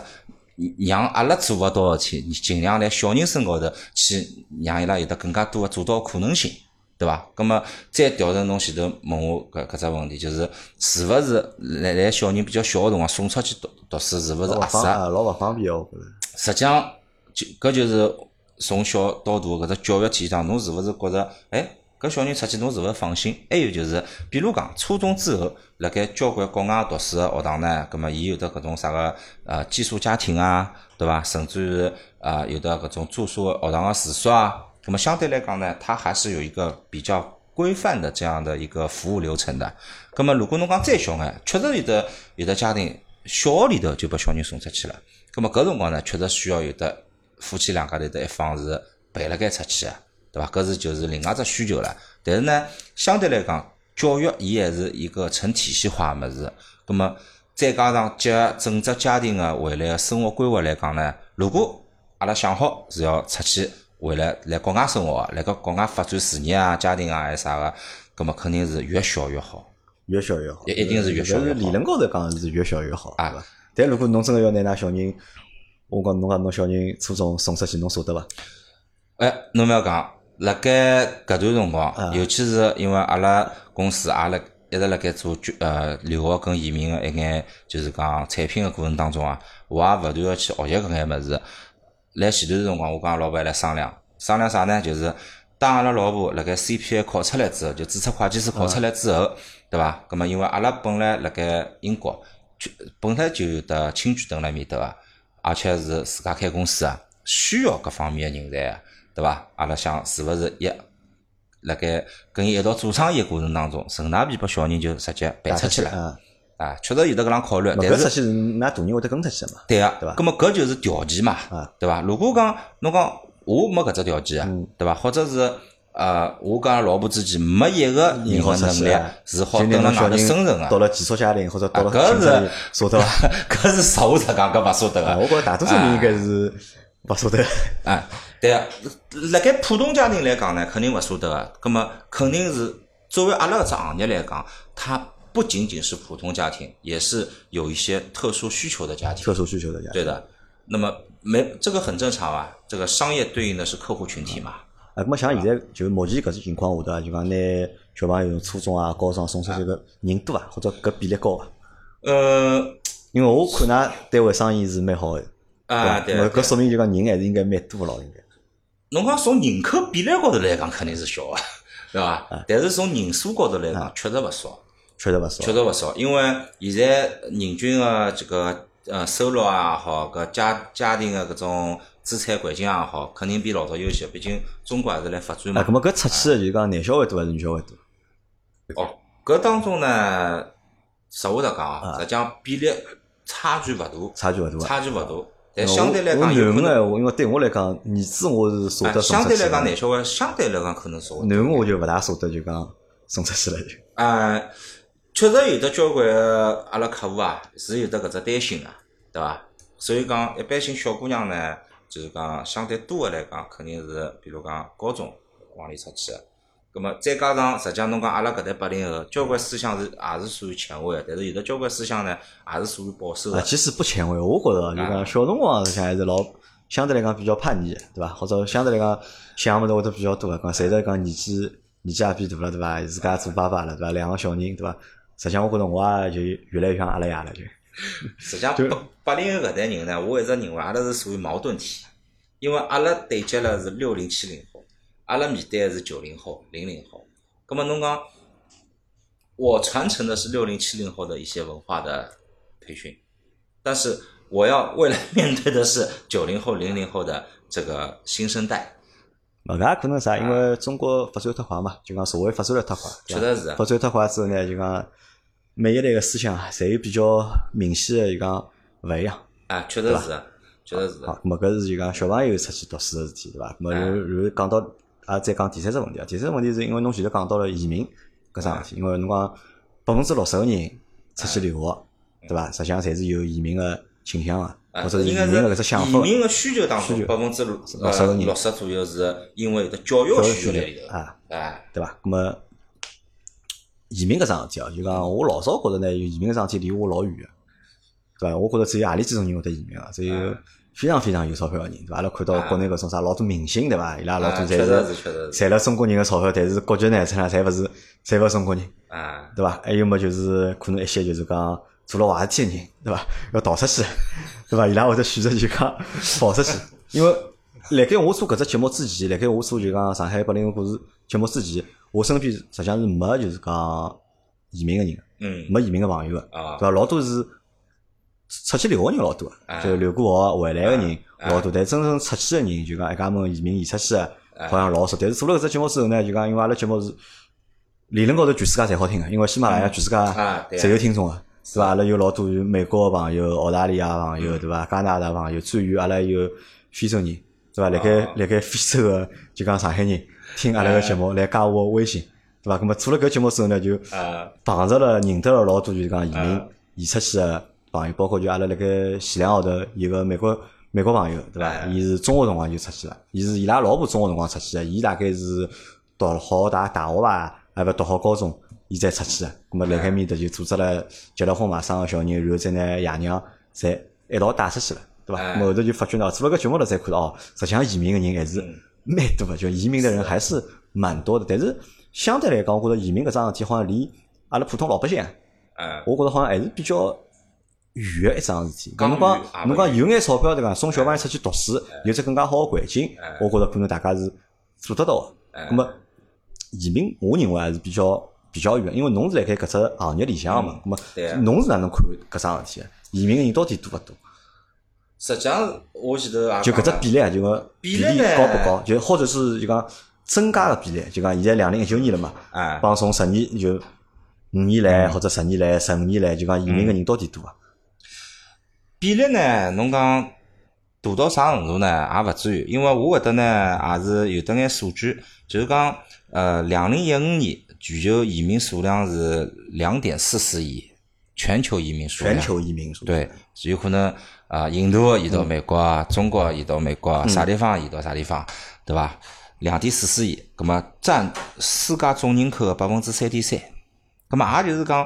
让阿拉做勿到个事体，尽量来小人身高头去让伊拉有得更加多个做到可能性，对伐？葛么再调整侬前头问我搿搿只问题，就是是勿是来来小人比较小个辰光送出去读读书，是勿是老合勿适方？啊，老勿方便哦，我觉着。实际上就搿就是从小到大搿只教育体系上，侬是勿是觉着，哎，搿小人出去侬是勿是放心？还有就是，比如讲初中之后，辣盖交关国外读书个学堂呢，葛末伊有得搿种啥个呃寄宿家庭啊，对伐？甚至于呃有的搿种住宿学堂个住宿啊，葛末相对来讲呢，它还是有一个比较。规范的这样的一个服务流程的，葛末如果侬讲再小眼，确实有的有的家庭小学里头就把小人送出去了，咁么搿辰光呢，确实需要有的夫妻两家头的一方是陪辣盖出去个，对伐？搿是就是另外只需求了。但是呢，相对来讲，教育伊还是一个成体系化个物事。咁么再加上结合整只家庭个未来个生活规划来讲呢，如果阿拉想好是要出去为了来国外生活的，来个国外发展事业啊、家庭啊还是啥个，咁么肯定是越小越好。越小越好，一一定是越小越好但理论高头讲是越小越好，啊对伐？但如果侬真个要拿㑚小人，我讲侬讲侬小人初中送出去，侬舍得伐？哎，侬勿要讲，辣盖搿段辰光，尤其是因为阿拉公司也辣一直辣盖做就呃留学跟移民个一眼，就是讲产品个过程当中啊，我也勿断要去学习搿眼物事。来前头个辰光，我跟阿拉老板来商量，商量啥呢？就是当阿拉老婆辣盖 CPA 考出来之后，就注册会计师考出来之后，对伐？葛末因为阿拉本来辣盖英国，就本来就有得亲眷蹲辣面搭啊个，而且是自家开公司啊，需要各方面个人才啊，对伐？阿拉想是勿是一辣盖跟伊一道做生意个过程当中，顺带便把小人就直接带办出去了啊，啊，确实有得搿能考虑，勿但搿是出去是㑚大人会得跟出去的嘛？对啊，对吧咁么搿就是条件嘛啊，嗯对伐？如果讲侬讲我没搿只条件啊，对伐？或者是呃，我跟阿拉老婆之间没一个人好个出能去力啊是好就蹲拿辣侬小外头人生存啊到个，了寄宿家庭或者到了啊搿亲家是庭，舍得伐？ 搿是实话实讲，搿勿舍得啊个。我觉着大多数人应该是勿舍得。啊，对啊，辣盖普通家庭来讲呢，肯定勿舍得个。葛么肯定是作为阿拉搿只行业来讲，它不仅仅是普通家庭，也是有一些特殊需求的家庭。特殊需求的家庭，对的，那么没这个很正常啊，这个商业对应的是客户群体嘛，呃，么像现在就目前搿种情况下头啊，就讲拿小朋友从初中啊、高中送出去个人多啊，或者搿比例高啊。呃，因为我看㑚单位生意是蛮好个，啊，对对吧，，对搿说明就讲人还是应该蛮多咯，应该。侬讲从人口比例高头来讲，肯定是小啊， 对哎伐？但是从人数高头来讲，确实勿少，确实勿少确。实勿少。因为现在人均个这个呃收入啊也好，搿家家庭个搿种资产环境也好，肯定比老早优秀。毕竟中国还是辣发展啊，嘛搿。么搿出去个就是讲男小孩多还是女小孩多？哦，搿当中呢，实话实讲啊，实际上比例差距勿差距勿大，大啊。差距勿大。但相对来我讲，我有男可个能闲话，因为对我来讲，儿子我是舍啊得送相出对去来的。讲，男小孩相对来讲可能少。男个我就勿大舍得，就讲送出去了就。啊，确实有的交关阿拉客户啊，是有的搿只担心啊，对伐？所以讲，一般性小姑娘呢，就是讲相对多的来讲，肯定是比如讲高中往里出去的。葛末再加上，实际上侬讲阿拉搿代八零后，交关思想是也是属于前卫的，但是有的交关思想呢，也是属于保守啊，的。其实不前卫，我觉着就讲小辰光实际上还是老相对来讲比较叛逆，对伐？或者相对来讲想物事会得比较多，讲侪在讲年纪年纪也变大了，对伐？自家做爸爸了，对伐？两个小人，对伐？实际上我觉着我也就越来越像阿拉爷了，就实际上就，八八零后搿代人呢，我一直认为阿拉是属于矛盾体，因为阿拉对接了是六零七零后，阿拉面对的是九零后、零零后。葛么侬讲，我传承的是六零七零后的一些文化的培训，但是我要未来面对的是九零后、零零后的这个新生代，嘛，搿也可能啥？因为中国发展太快嘛，就讲社会发展了太快，对确伐实是啊发展太快之后呢，就讲每一类个思想啊，侪有比较明显的就讲勿一样。啊，确实是啊，确实是啊。好，咁么搿是就讲小朋友出去读书个事体，对伐？哎咁么然后然后讲到啊，再讲第三只问题啊，第三只问题是因为侬前头讲到了移民搿桩哎事体，因为侬讲百分之六十个人出去留学，对伐？实际上侪是有移民个倾向啊，啊，或者是移应该民个搿只想移法民的需求当需中，求百分之六六十个呃人六十左右是因为有的教育教育需求需在求里头啊，啊。对伐？咁么移民搿桩事体啊，就讲我老早觉着呢，有移民搿桩事体离我老远个，对伐？我觉着只有何里几种人会得移民啊，只有啊非常非常有钞票个人，对伐？阿拉看到国内搿种啥老多明星，对伐？伊拉老多啊侪嗯确实是确实是赚了中国人的钞票，但是国籍呢，实际上侪勿是，侪勿是中国人，啊，对伐？还有么就是可能一些就是讲做了坏事体的人，对伐？要逃出去， 对伐？伊拉会得选择就讲跑出去，因为辣盖我做搿只节目之前，辣盖我做就讲上海八零后故事节目之前，我身边实际上是没就是讲移民个人，嗯，没移民个朋友个，啊对，伐？老多是出去留学人老多啊，就留过学回来个人啊老多，但真正出去个人就讲一家门移民移出去个，哎好像老少。但是做了搿只节目之后呢，就讲因为阿拉节目是理论高头全世界侪好听个，因为喜马拉雅全世界啊对啊侪有听众个，是伐？阿拉有老多有美国个朋友、澳大利亚朋嗯友，对伐？加拿大朋友，最远阿拉有非洲人，对伐？辣盖啊辣盖非洲个就讲上海人听阿拉个节哎目来加我个微信，对伐？咁么做了搿节目之后呢，就啊碰着了认得了老多就是讲移民啊移出去个朋友，包括就阿拉辣盖前两个号头有个美国美国朋友，对伐？啊伊是中学辰光就出去了，伊是伊拉老婆中学辰光出去个，伊大概是读好大大学吧，还勿读好高中，伊再出去个。咁么辣盖面搭就组织了结了婚嘛，生个小人，然后再拿爷娘侪一道带出去了。对伐？啊咁后头就发觉呢，做了搿节目了才看到哦，实际上移民个人还是嗯蛮多的，就移民的人还是蛮多的。但是相对来讲，我觉着移民搿桩事体好像离阿拉普通老百姓啊，啊，我觉着好像还是比较远个一桩事体。讲侬讲远哎也侬勿讲有眼钞票对伐？送小朋友出去读书，有只更加好个环境，我觉着可能大家是做得到个。哎那么移民，我认为还是比较比较远，因为侬是辣盖搿只行业里向个嘛。那对啊么侬是哪能看搿桩事体？移民个人到底多勿多？实际上我前头也就搿只讲了比例啊，就讲比例例呢高不高？就或者是就讲增加个比例，就讲现在两零一九年了嘛，啊，帮从十年就五年来或者十年来、十五年来，就讲移民个人到底多啊？比例呢，侬讲大到啥程度呢？也勿至于，因为我搿搭呢也是有得眼数据，就是讲呃，两零一五年全球移民数量是两点四四亿，全球移民数量全。球移民数啊对，有可能啊，印度移到美国啊，中国移到美国啊，啥地方移到啥地方，对伐？两点四四亿，葛么占世界总人口的百分之三点三，葛么也就是讲，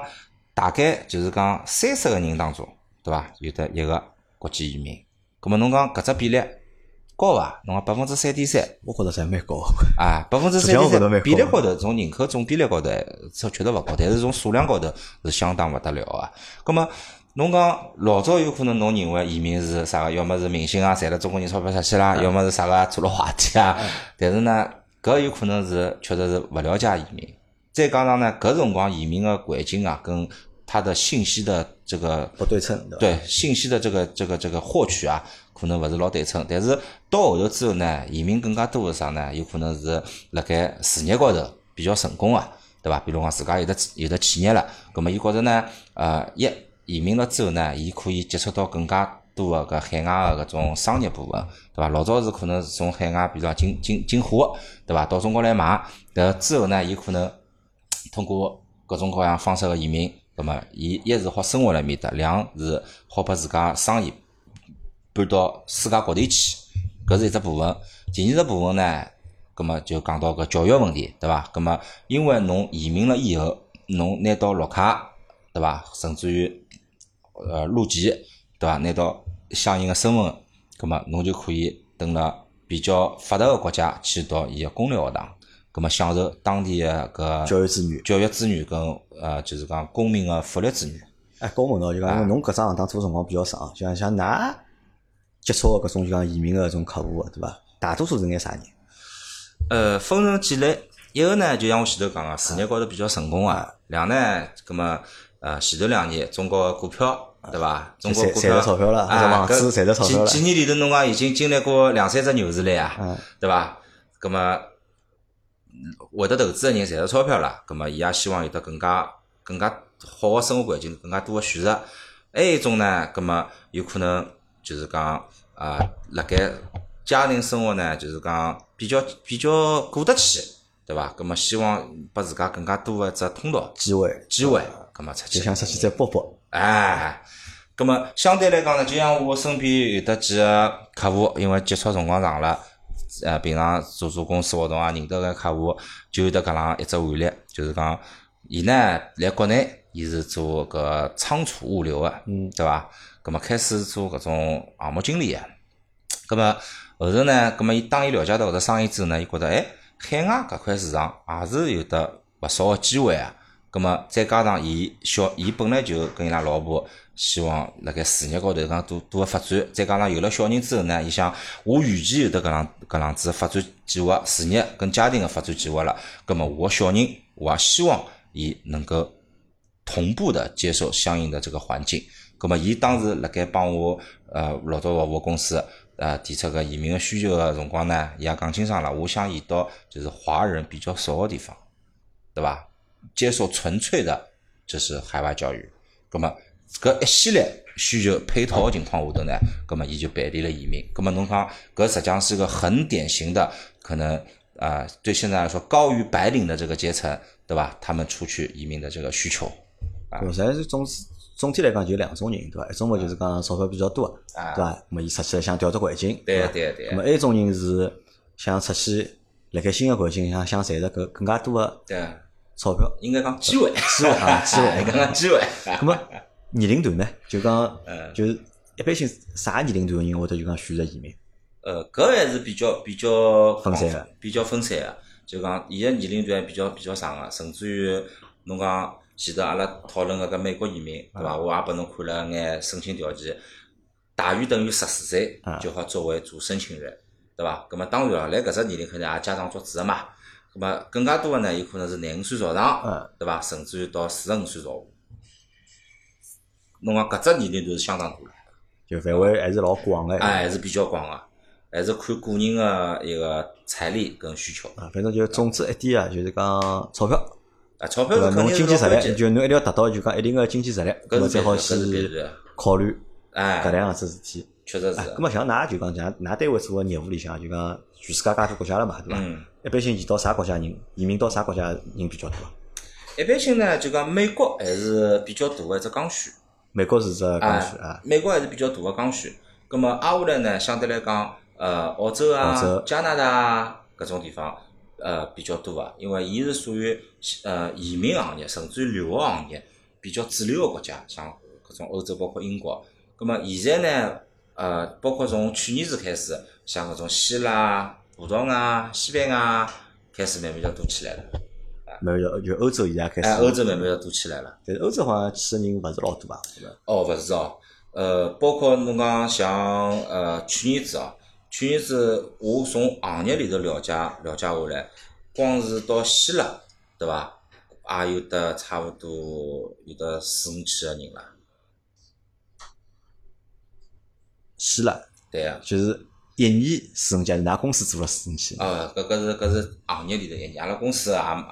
大概就是讲三十个人当中，对伐？有得一个国际移民，葛么侬讲搿只比例高伐？侬讲百分之三点三我觉着侪蛮高。 啊，百分之实三际上我觉得蛮点三，高比例高头从人口总比例高头确确实勿高，但是从数量高头是相当勿得了啊。葛么，侬讲老早有可能侬认为移民是啥个，要么是明星啊赚了中国人钞票出去啦，要么是啥个做了坏体啊。但是呢，搿有可能是确实是勿了解移民。再加上呢，搿辰光移民个环境啊，跟他的信息的这个不对称，对伐？对信息的这个这个这个获取啊，可能勿是老对称。但是到后头之后呢，移民更加多是啥呢？有可能是辣盖事业高头比较成功啊，对伐？比如讲自家有的有的企业了，葛么伊觉着呢，呃，一移民了之后呢，伊可以接触到更加多的搿海外的搿种商业部分，对伐？老早是可能是从海外，比如讲进进进货，对伐？到中国来买，然后之后呢，伊可能。通过各种各样方式的移民，那么伊一是好生活辣面搭，两是好把自家生意搬到世界各地去，搿是一只部分。第二只部分呢，葛么就讲到搿教育问题，对伐？葛么因为侬移民了以后，侬拿到绿卡，对伐？甚至于呃入籍，对伐？拿到相应的身份，葛么侬就可以登了比较发达的国家去读伊个公立学堂，葛么享受当地的搿教育资源。教育资源跟呃，就是讲公民的福利资源。哎，跟我问到就讲，因为侬搿只行当做辰光比较长，就像像㑚接触的搿种就讲移民的搿种客户的，对伐？大多数是眼啥人？呃，分成几类，一个呢，就像我前头讲个，事业高头比较成功啊。两呢，葛么呃，前头两年中国股票对伐？中国赚股赚票着钞票了啊，房子搿赚着钞票了几几年里头，侬讲已经经历过两三只牛市了呀，嗯，对伐？葛么会得投资的人赚着钞票了，葛么伊也希望有得更加更加好个生活环境，更加多个选择。还有一种呢，葛么有可能就是讲啊，辣盖家庭生活呢，就是讲比较比较过得去，对伐？葛么希望拨自家更加多个一只通道机会机会，葛么出就去想出去再搏搏。哎，咁么相对来讲呢，就像我身边有得几个客户，因为接触辰光长了，呃，平常做做公司活动啊，认得个客户，就有得搿能一只案例，就是讲，伊呢来国内，伊是做搿仓储物流个，嗯，对伐？咁么开始做搿种项目经理个，咁么后头呢，咁么伊当伊了解到搿只生意之后呢，伊觉得哎，海外搿块市场也是有得勿少个机会啊。咁么再加上伊小，伊本来就跟伊拉老婆希望辣盖事业高头讲多多个发展，再加上有了小人之后呢，伊想我预期有得搿样搿样子的发展计划，事业跟家庭个发展计划了。咁么我小人，我也希望伊能够同步的接受相应的这个环境。葛么，伊当时辣盖帮我呃老早服务公司呃提出个移民个需求个辰光呢，伊也讲清爽了，我想移到就是华人比较少个地方，对伐？接受纯粹的就是海外教育。葛么，搿一系列需求配套个情况下头呢，葛么伊就办理了移民。葛么侬讲搿实际上是一个很典型的可能啊、呃对现在来说高于白领的这个阶层，对吧？他们出去移民的这个需求。啊对，实际总之总体来讲就两种人，对伐？一种嘛就是讲钞票比较多，对伐？那么伊出去想调整环境，啊对啊伐对对那么还有一种人是想出去，辣盖新的环境想想赚着更更加多的对，啊钞票。应该讲机会，机会 啊，机会。刚刚机会。那么啊年龄段呢，就讲嗯就是一般性啥年龄段的人会得就讲选择移民？呃，搿还是比较比较分散的，比较分散的。就讲伊个年龄段比较比较长个，甚至于侬讲前头阿拉讨论个搿美国移民，嗯对伐？我也拨侬看了眼申请条件，大于等于十四岁啊就好作为主申请人，对伐？葛么当然了，辣搿只年龄肯定也家长作主个嘛。葛么更加多个呢，有可能是廿五岁朝上嗯，对伐？甚至于到四十五岁朝下。侬讲搿只年龄段是相当大了。就范围还是老广的。哎，还是比较广啊，还是看个人的一个财力跟需求。啊，反正就是总之一点啊，就是讲钞票，啊，钞票对伐？是肯侬定是经济实老关力，键，就侬一定要达到就讲一定的经济实力，搿那么是才必好须的，搿是必须去的。考虑搿哎，两样子事体。确实是啊，。咁么像㑚就讲，像㑚单位做个业务里向，就讲全世界介多国家了嘛，对伐？嗯，一般性移到啥国家人，移民到啥国家人比较多啊？一般性呢，就讲美国还是比较大的一只刚需。美国是只刚需哎啊，美国还是比较大的刚需。咁么挨下来呢，相对来讲，呃，澳洲啊、澳洲加拿大啊搿种地方，呃，比较多啊，因为伊是属于呃移民行业，甚至于留学行业比较主流个国家，像搿种欧洲包括英国。咁么现在呢，呃，包括从去年子开始，像搿种希腊、葡萄牙、西班牙开始慢慢就多起来了。慢慢就就欧洲现在开始，哎，欧洲慢慢就多起来了。但是欧洲好像去的人勿是老多吧？是吧哦，勿是哦，呃，包括侬讲像呃去年子哦，去年子我从行业里头了解了解下来，光是到希腊，对伐？也有得差勿多有得四五千个人了。希腊对啊，就是一年四五家，㑚公司做了四五千，呃，搿搿是搿是行业里头一年，阿拉公司也没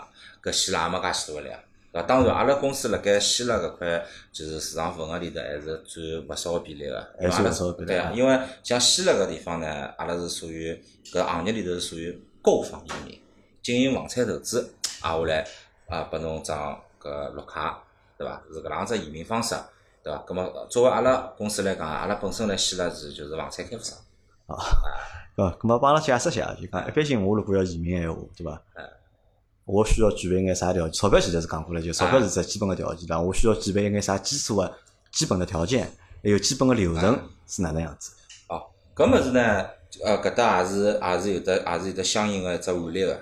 搿希腊也没介许多个量，对伐？当然，阿拉公司辣盖希腊搿块就是市场份额里头还是占勿少个比例个，还是因为阿拉勿少个比例对啊，因为像希腊搿地方呢，阿拉是属于搿行业里头是属于购房移民，经营房产投资，挨下来啊，拨侬张搿绿卡，对伐？是搿能样子移民方式，对伐？葛末作为阿拉公司来讲，啊阿拉本身来希腊是就是房产开发商。对伐？咁么帮阿拉解释下，就讲一般性我如果要移民闲话，对伐？哎我需要具备眼啥条件？钞票现在是讲过了，就钞哎票是只基本个条件，对伐？我需要具备一眼啥基础个基本的条件，还有基本个流哎程是哪能样子？哦，搿物事呢，呃，搿搭也是也是有得也是有得相应个一只案例个，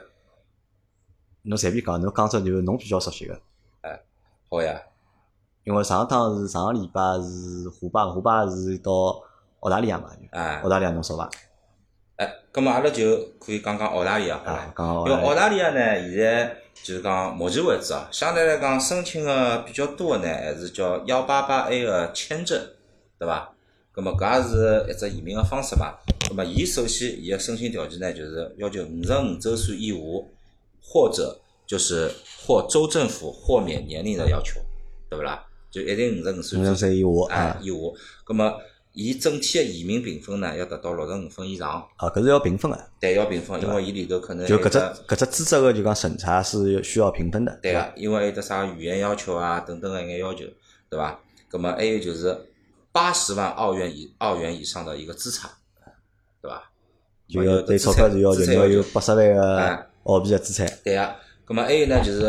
侬随便讲，侬讲出就是侬比较熟悉个，好呀。因为上趟是上个礼拜是虎爸，虎爸是到澳大利亚嘛，就哎澳大利亚侬说伐？哎，葛末阿拉就可以讲讲澳大利亚好啊伐，？讲因澳为大利亚澳大利亚呢，现在就是讲目前为止啊，相对来讲申请个比较多个呢，还是叫幺八八 A 个签证，对伐？葛末搿也是一只移民个方式嘛。葛末伊首先伊个申请条件呢，就是要求五十五周岁以下，或者就是获州政府豁免年龄的要求，对勿啦？就一定五十五岁五十岁以下哎啊，以下，葛么伊整体的移民评分呢，要达到六十五分以上，啊，搿是要评分个，对，要评分，因为伊里头可能就有搿只得搿只资质个就讲审查是需要评分的，对伐？个，因为有得啥语言要求啊等等个一眼要求，对伐？葛么还有就是八十万澳元以澳元以上的一个资产，对伐？就葛么要有对得钞资票产是要求资产你要有求八十万个哎澳币个资产，对个、咁么还有呢，就是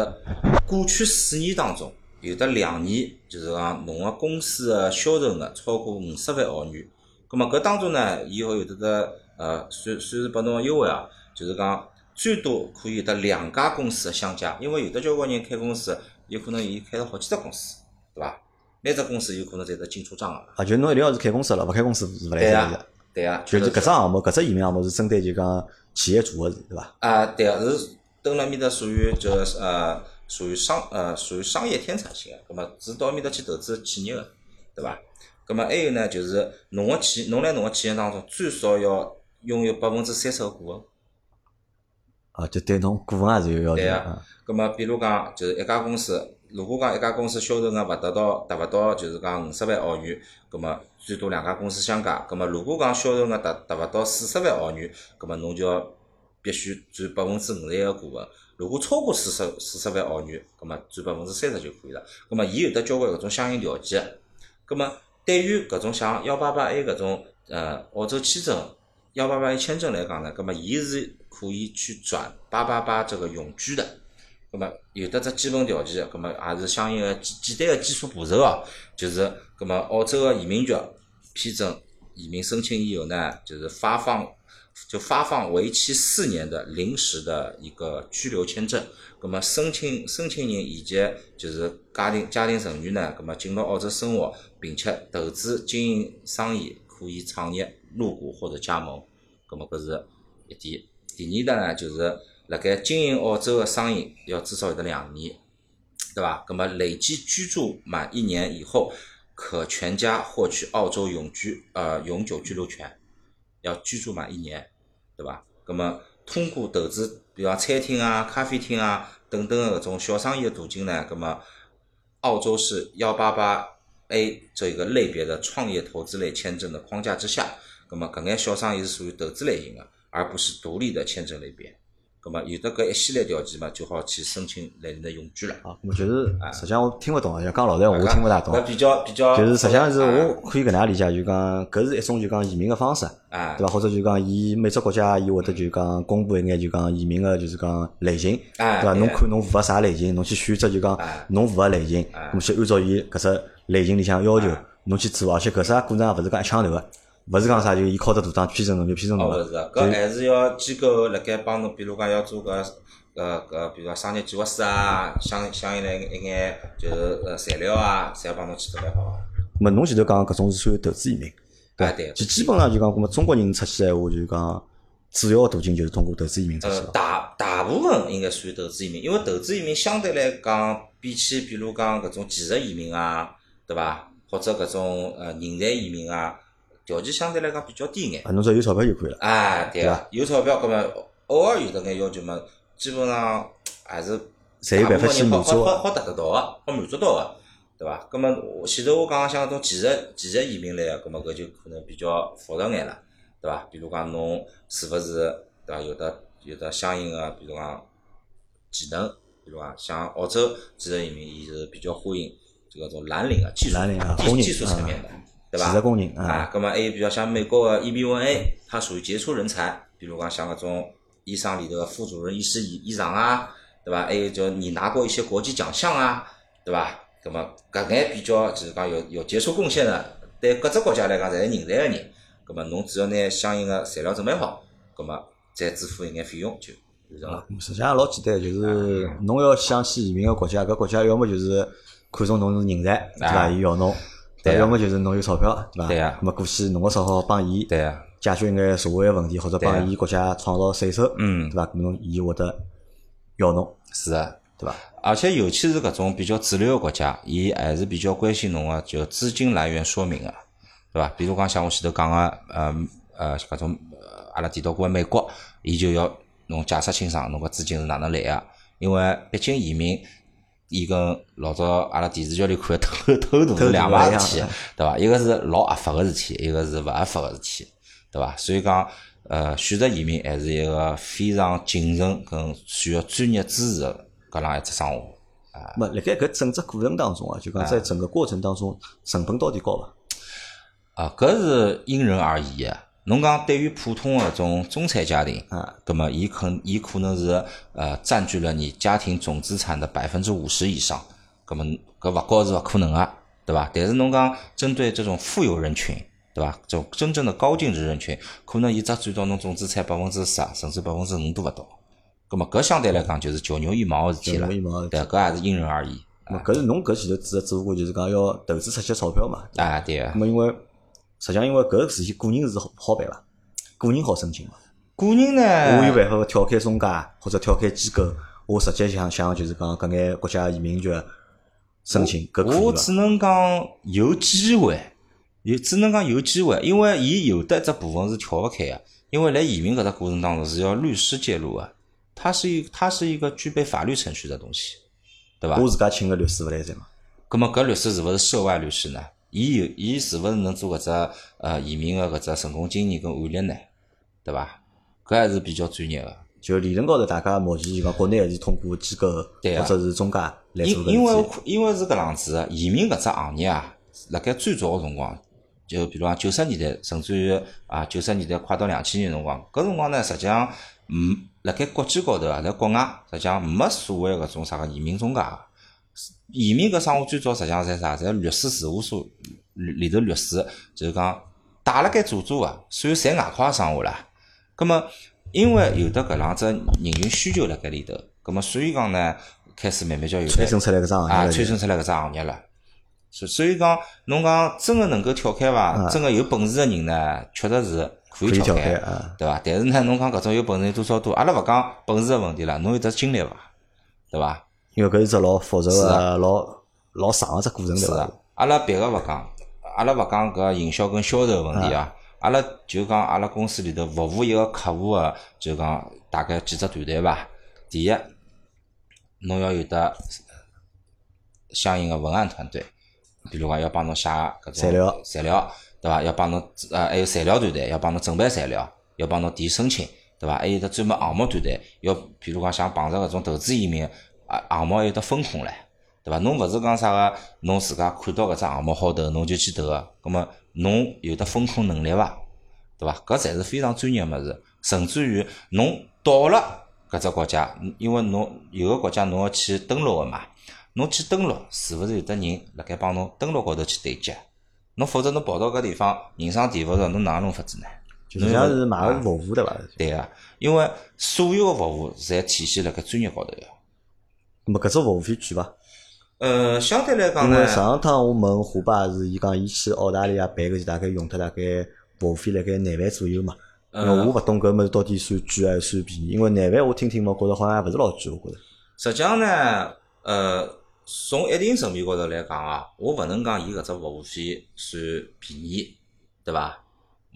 过去四年当中，有得两年就是讲侬个公司个销售额超过五十万澳元，咁么搿当中呢，伊会有得个呃，算算是拨侬个优惠啊，就是讲最多可以有得两家公司个相加，因为有得交关人开公司，有可能伊开了好几只公司，对伐？每只公司有可能侪得进出账个，啊，就侬一定要是开公司了，勿开公司哎是勿来对三啊个。，对啊，就是搿只说项目，搿只移民项目是针对就讲企业主个是，对伐？啊，对个，是蹲辣埃面搭属于就是呃，属于商呃，属于商业天才型个，葛末是到埃面搭去投资企业个，对伐？葛末还有呢，就是侬个企，侬辣侬个企业当中最少要拥有百分之三十个股份。啊，就对侬股份也是有要求对的啊啊。葛末比如讲，就是一家公司，如果讲一家公司销售额勿达到达勿到，就是讲五十万澳元，葛末最多两家公司相加。葛末如果讲销售额达达勿到四十万澳元，葛末侬就要必须占百分之五十一个股份。如果超过四十四十万澳元，葛末占百分之三十就可以了。葛末伊有得交关搿种相应条件。葛末对于搿种像幺八八 A 搿种呃澳洲签证幺八八 A 签证来讲呢，葛末伊是可以去转八八八这个永居的。葛么有得只基本条件，葛么也是相应个简简单个基础步骤哦，就是葛么澳洲个移民局批准移民申请以后呢，就是发放就发放为期四年的临时的一个居留签证。葛么申请申请人以及就是家庭家庭成员呢，葛么进入澳洲生活，并且投资经营生意，可以创业、入股或者加盟。葛么搿是一点。第二搭呢，就是辣盖经营澳洲个生意要至少有得两年，对伐？葛么累计居住满一年以后，可全家获取澳洲永居呃永久居留权，要居住满一年，对伐？葛么通过投资，比方餐厅啊、咖啡厅啊等等个搿种小生意个途径呢，葛么澳洲是幺八八 A 这一个类别的创业投资类签证的框架之下，葛么搿眼小生意是属于投资类型的，而不是独立的签证类别。葛么有得搿一系列条件嘛，就好去申请来人的永居了。啊，我就是实际上我听勿懂，要讲老实闲话，我听勿大懂哎啊搿。比较比较，就是实际上是啊我可以搿能样理解，就讲搿是一种就讲移民个方式，啊对伐？或者就讲伊每只国家伊会得就讲公布一眼就讲移民个就是讲类型，啊对伐？对侬看侬符合啥类型，侬去选择就讲啊侬符合类型，啊咾么去按照伊搿只类型里向要求啊，侬去做，而且搿只过程也勿是讲一腔头个，勿是讲啥就伊靠着大厂批准侬就批准侬哦，了勿是，搿还是要机构辣盖帮侬，比如讲要做搿搿搿，比如讲商业计划书啊，相相应的一眼就是呃材料啊，侪要帮侬去准备好啊。咁么侬前头讲搿种是算投资移民，啊对，就基本上就讲，咁么中国人出去闲话就是讲，主要途径就是通过投资移民出去呃，了。大大部分应该属于投资移民，因为投资移民相对来讲，比起比如讲搿种技术移民啊，对伐？或者搿种呃人才移民啊，条件相对来讲比较低眼。啊，侬只要有钞票就可以了。啊，对对个，有钞票，搿么偶尔有得眼要求嘛，基本上还是侪有办法去满足好好好达得到个，好满足到个，对伐？搿么我前头我讲像搿种技术技术移民类个，搿么搿就可能比较复杂眼了，对伐？比如讲侬是勿是对伐？有的有的相应个，比如讲技能，比如讲像澳洲技术移民，伊是比较欢迎就搿种蓝领个技术蓝领啊技工人技术层面的，对伐？技术工人啊啊，，葛末还有比较像美国 E 个 EB1A，它属于杰出人才，比如讲像搿种医生里头个副主任医师以以上啊，对伐？还有就你拿过一些国际奖项啊，对伐？葛末搿眼比较就是讲有有杰出贡献的，对各只国家来讲侪是人才个人，葛末侬只要拿相应个材料准备好，葛末再支付一眼费用就完成了。嗯实际上老简单，就是啊侬要想去移民个国家，搿国家要么就是看中侬是人才，对伐？啊伊要侬，对啊要么就是侬有钞票，对伐？对啊咁么过去侬个钞票帮伊对啊，解决一眼社会个问题，或者对啊帮伊国家创造税收，嗯对伐？咁侬伊会得要侬，是啊。对伐？而且尤其是搿种比较主流个国家，伊还是比较关心侬个就资金来源说明个、啊对伐？比如讲像我前头讲个，呃呃，搿种呃阿拉提到过个美国，伊就要侬解释清爽侬个资金是哪能来个、因为毕竟移民，伊跟老早阿拉电视剧里看个偷偷偷渡渡是两码勿一事体样，对伐？一个是老合法个事体，一个是勿合法个事体，对伐？所以讲，呃，选择移民还是一个非常谨慎跟需要专业知识个搿能一只生活。咁辣盖搿整只过程当中啊，就讲在整个过程当中，成本到底高伐？啊，搿是因人而异个。侬讲对于普通个种中产家庭，啊，葛么伊可伊可能是呃占据了你家庭总资产的百分之五十以上，葛么搿勿高是勿可能个、对伐？但是侬讲针对这种富有人群，对伐？种真正的高净值人群，可能伊只占到侬总资产百分之十，甚至百分之五都勿到。葛么搿相对来讲就是九牛一毛个事体九了，牛一毛的事体对，搿也是因人而异。咁搿是侬搿前头指的，只不过就是讲要投资出去钞票嘛。啊，对个、咁么因为实际上因为搿个事体，个人是好好办伐？个人好申请伐？个人呢，我有办法跳开中介或者跳开机构，我直接想想就是讲搿眼国家移民局申请，搿可我以只伐？能讲有机会，有只能讲有机会，因为伊有的一只部分是跳勿开个，因为辣移民搿只过程当中是要律师介入个，它是一它是一个具备法律程序的东西，对伐？我自家请个律师勿来三嘛？葛么搿律师是勿是涉外律师呢？伊有伊是勿是能做搿只呃移民个搿只成功经验跟案例呢？对伐？搿还是比较专业个。就理论高头，大家目前就讲国内还是通过机构对啊或者是中介来做因搿因为我事体。看因为是搿样子，啊移民搿只行业啊，辣盖最早个辰光，就比如讲九十年代，甚至于啊九十年代快到两千年辰光，搿辰光呢，实际上，嗯，辣盖国际高头啊，辣国外，实际上没所谓搿种啥个移民中介啊。移民搿生活最早实际上侪啥？侪律师事务所里里头律师，就是讲带辣盖做做啊，所以侪外快生活啦。咁么，因为有得搿两只人群需求辣盖里头，咁么所以讲呢，开始慢慢叫有催得生出来搿桩行啊，催业了，生出来搿只行业了。所所以讲，侬讲真个能够跳开伐？真个有本事个人呢，确实是啊可以可以跳跳开开啊，对伐？但是呢，侬讲搿种有本事有多少多？阿拉勿讲本事个问题了，侬有得精力伐？对伐？因为搿是只老复杂是啊个、老老长个只过程，对是伐啊？，阿拉别个勿讲，阿拉勿讲搿营销跟销售个问题啊，阿拉就讲阿拉公司里头服务一个客户个，就讲大概几只团队伐。第一，侬要有得相应个文案团队，比如讲要帮侬写搿种材料材料，对伐？要帮侬呃，还有材料团队要帮侬准备材料，要帮侬提申请，对伐？还有得专门项目团队，要比如讲像碰着搿种投资移民啊，项目还有得分控唻，对伐？侬勿是讲啥个，侬自家看到搿只项目好投，侬就去投个，葛末侬有得分控能力伐？对伐？搿才是非常专业的物事，甚至于侬到了搿只国家，因为侬有个国家侬要去登陆个嘛，侬去登陆，是勿是有得人辣盖帮侬登陆高头去对接，侬否则侬跑到搿地方人生地勿着，侬哪能法子呢？就是像是买啊个服务对伐？对个、因为所有个服务侪体现辣搿专业高头个。那么搿只服务费贵伐？呃，相对来讲因呢为，上趟我问虎爸是，伊讲伊去澳大利亚办个是大概用脱大概服务费辣盖廿万左右嘛。嗯那我勿懂搿物事到底算贵还是算便宜，因为廿万我听听嘛，觉着好像也勿是老贵，我觉着。实际上呢，呃，从一定层面高头来讲啊，我勿能讲伊搿只服务费算便宜，对伐？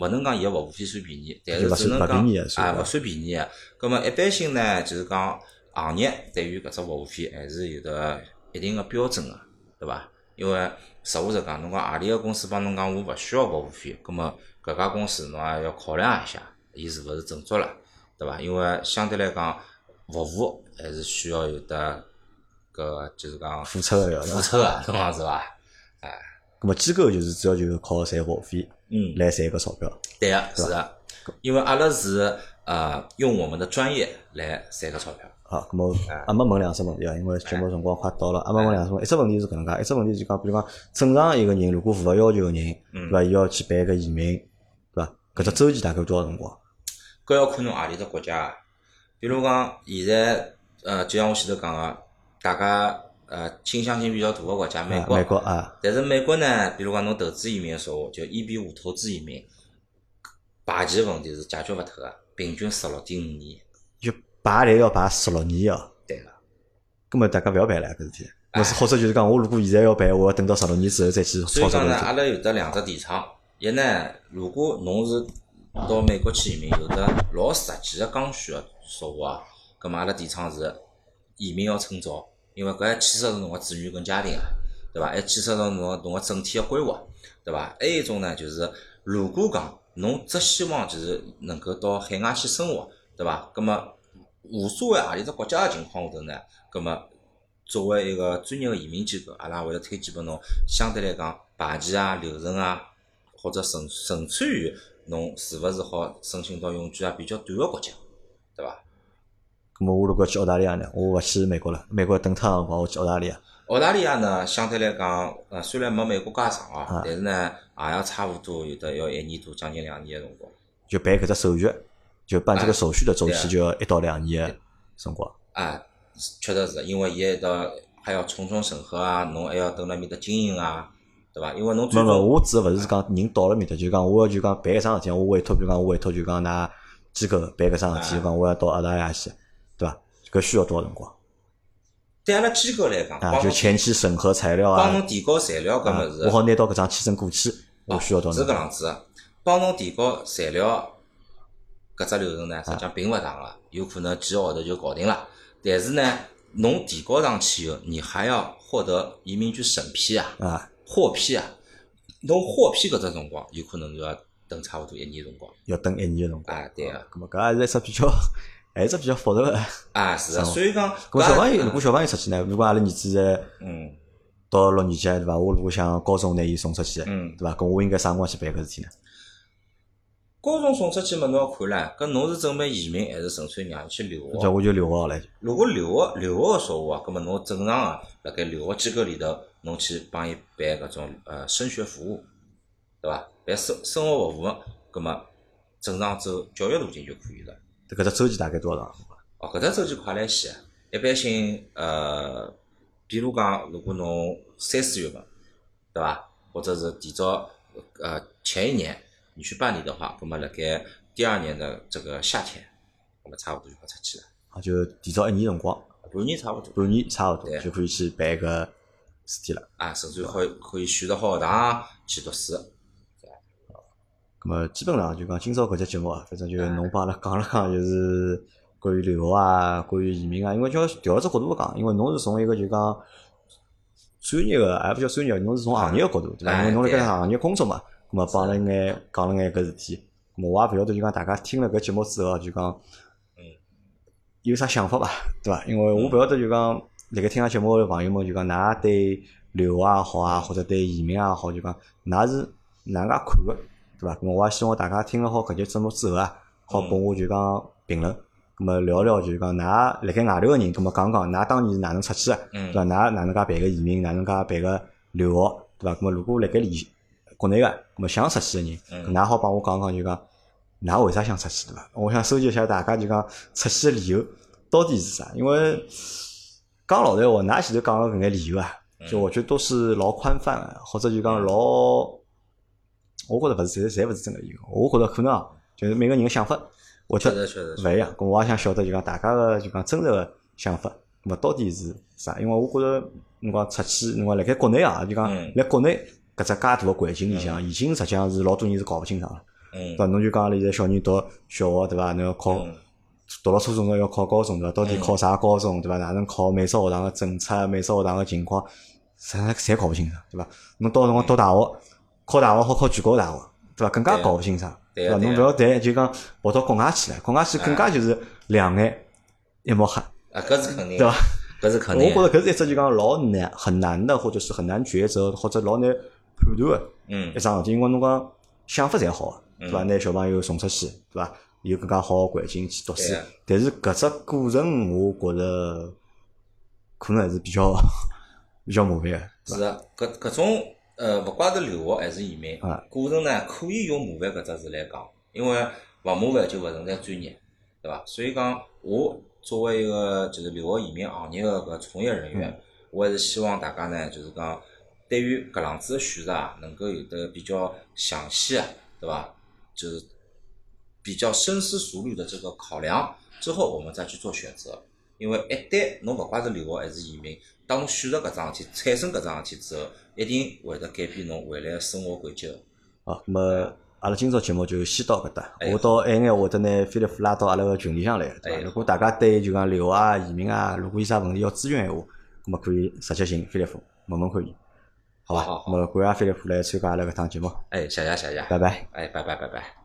勿能讲伊个服务费算便宜，但就是勿只能算讲勿便宜的算啊，伐勿算便宜的。葛末一般性呢，就是讲行业对于搿只服务费还是有得一定个标准个、对伐？因为实话实讲，侬讲何里个公司帮侬讲我勿需要服务费，葛末搿家公司侬也要考量一下，伊是勿是正宗了，对伐？因为相对来讲，服务还是需要有得搿就是讲付出的要付出个，侬讲是伐？那么机构就是主要就是靠赚服务费嗯来赚搿钞票。对个，是个，因为阿拉是呃用我们的专业来赚个钞票。好，那么阿没问两只问题啊，因为节目辰光快到了，阿没问两只问题。一只问题是搿能介，一只问题就讲，比如讲正常一个人如果符合要求个人，嗯对伐？伊要去办个移民，对伐？搿只周期大概多少辰光？搿要看侬何里只国家啊。比如讲，现在呃，就像我前头讲个，大家呃倾向性比较大个国家，美啊国。美国啊，但是美国呢，比如讲侬投资移民的说话，就一比五投资移民，排期问题是解决勿脱个，平均十六点五年。就排队要排十六年哦。对个，根本大家勿要办了搿事体。我是或者就是讲，我如果现在要办，我要等到十六年之后再去所操作以讲搿呢，事体。阿拉有得两只提倡，一呢，如果侬是到美国去移民，有得老实际个刚需个说话啊，葛末阿拉提倡是移民要趁早，因为搿还牵涉到侬个子女跟家庭啊，对伐？还牵涉到侬个侬个整体个规划，对伐？还有一种呢，就是如果讲侬只希望就是能够到海外去生活，对伐？葛末无所谓何里只国家个情况下头呢，葛末作为一个专业个移民机构，阿拉会得推荐拨侬相对来讲排期啊、流程啊，或者甚甚至于侬是勿是好申请到永居啊比较短个国家，对伐？咁么我如果去澳大利亚呢，我勿去美国了，美国等趟辰光我去澳大利亚。澳大利亚呢，相对来讲，呃，虽然没美国介长啊啊，但是呢，也要差不多有的要一年多，将近两年个辰光。就办搿只手续，就办这个手续的周对期啊就要一到两年的辰光。啊，确实是因为伊还要还要重重审核啊，侬还要等辣面搭经营啊，对伐？因为侬没最没，终我指的勿是讲人到了面搭，就讲我要就讲办一桩事体，我委托，比如讲我委托就讲㑚机构办搿桩事体，啊就讲我要到澳大利亚去，对伐？搿需要多少辰光对阿拉机构来讲，啊？帮就侬前期审核材料帮啊，侬提高材料搿啊物事我，好拿到搿张签证过去，我需要多是少搿辰光？样子的，帮侬提高材料搿只流程呢，实际上并勿长啊个，有可能几个号头就搞定了。但是呢，侬提高上去以后，你还要获得移民局审批啊、啊，获批啊。侬获批搿只辰光，有可能就要等差勿多一年辰光要等一年的辰光。啊，对个啊，咁么搿也是一只比较，还是一只比较复杂个。啊，是是的。哦所以讲，咁小朋友，搿如果小朋友出去呢，如果阿拉儿子在嗯到六年级对伐？我如果想高中拿伊送出去，嗯对伐？咁我应该啥辰光去办搿事体呢？高中送出去嘛，侬要看唻，搿侬是准备移民还是纯粹让伊去留学这？我就留学了，如果留学留学个说话，葛末啊侬正常个辣盖留学机构里头，侬去帮伊办搿种呃升学服务，对伐？办生生活服务，葛末正常走教育途径就可以了。搿只周期大概多少长？哦，搿只周期快来些，一般性呃，比如讲，如果侬三四月份，对伐？或者是提早呃前一年你去办理的话，葛末辣盖第二年的这个夏天，葛末差不多就好出去了，啊，就提早一年辰光，半年差不多。半年差勿多对就可以去办搿事体了。啊，甚至可以可以选择好学堂去读书。咁么基本上就讲今朝搿节节目啊，反正就侬帮阿拉讲了讲，就是关于留学啊，关于移民啊，因为叫调一只角度讲，因为侬是从一个就讲专业个，也勿叫专业，侬是从行业个角度对伐？哎因为侬辣对盖行业工作嘛，咁么帮了眼讲了眼搿事体，咁么我也勿晓得就讲大家听了搿节目之后啊就讲，嗯，有啥想法伐？对伐？因为我勿晓得就讲辣盖听下节目个朋友们就讲，㑚对留学也好啊，或者对移民也好，就讲㑚是哪能介看个，对伐？咁么我也希望大家听了好搿节节目之后啊，好嗯拨我就讲评论。咁么聊聊就是讲，㑚辣盖外头个人，咁么讲讲，㑚当年是哪能出去个？嗯啊对伐？㑚哪能介办个移民，哪能介办个留学，对伐？咁么如果辣盖里国内个，咁么想出去个人，㑚好帮我讲讲就讲，㑚为啥想出去对伐？我想收集一下大家就讲出去个理由到底是啥？因为讲老实闲话，㑚前头讲个搿眼理由啊，就我觉得都是老宽泛个，或者就讲老，我觉着勿是，侪侪勿是真个理由。我觉着可能啊，就是每个人个想法，我觉确得实确实，勿一样。咁我也想晓得就讲大家个就讲真实个想法，咁么到底是啥？因为我觉着侬讲出去，侬讲辣盖国内啊，就讲嗯辣国内搿只介大个环境里向，已经实际上是老多人是搞勿清爽了。嗯对伐？侬就讲阿拉现在小人读小学对伐？侬要考嗯读了初中之后要考高中对伐？到底考啥高中对伐？哪能考每所学堂个政策、每所学堂个情况，啥侪搞勿清爽对伐？侬到辰光读大学，考大学好考全国大学对伐？更加对啊搞勿清爽对对啊伐？对侬啊嗯勿要谈就讲跑到国外去了，国外去更加就是两眼一抹黑啊，搿是肯定，对伐？搿是肯我定，觉着搿是一只就讲老难很难的，或者是很难抉择，或者老难判断个。嗯一桩事体，因为侬讲想法侪好个，对伐？拿小朋友送出去，对伐？有更加好个环境去读书对啊，但是搿只过程，我觉着可能还是比较比较麻烦个，对伐？是的，搿搿种呃，勿怪是留学还是移民啊，过程呢可以用麻烦搿只字来讲，因为勿麻烦就勿存在专业，对伐？所以讲，我作为一个就是留学移民行业个搿从业人员，我还是希望大家呢，就是讲对于搿样子个选择啊，能够有得比较详细啊，对伐？就是比较深思熟虑的这个考量之后，我们再去做选择。因为一旦侬勿管是留学还是移民，当侬选择搿桩事体、产生搿桩事体之后，一定会得改变侬未来的生活轨迹的。好，那哦么阿拉今朝节目就先到搿搭哎。我到晚眼会得拿菲利普拉到阿拉个群里向来，对伐？哎如果大家对就讲留啊、移民啊，如果有啥问题要咨询闲话，那么可以直接寻菲利普问问看伊，好好伐？好那么感谢菲利普来参加阿拉搿趟节目，哎，谢谢谢谢，拜拜。哎，拜拜拜拜。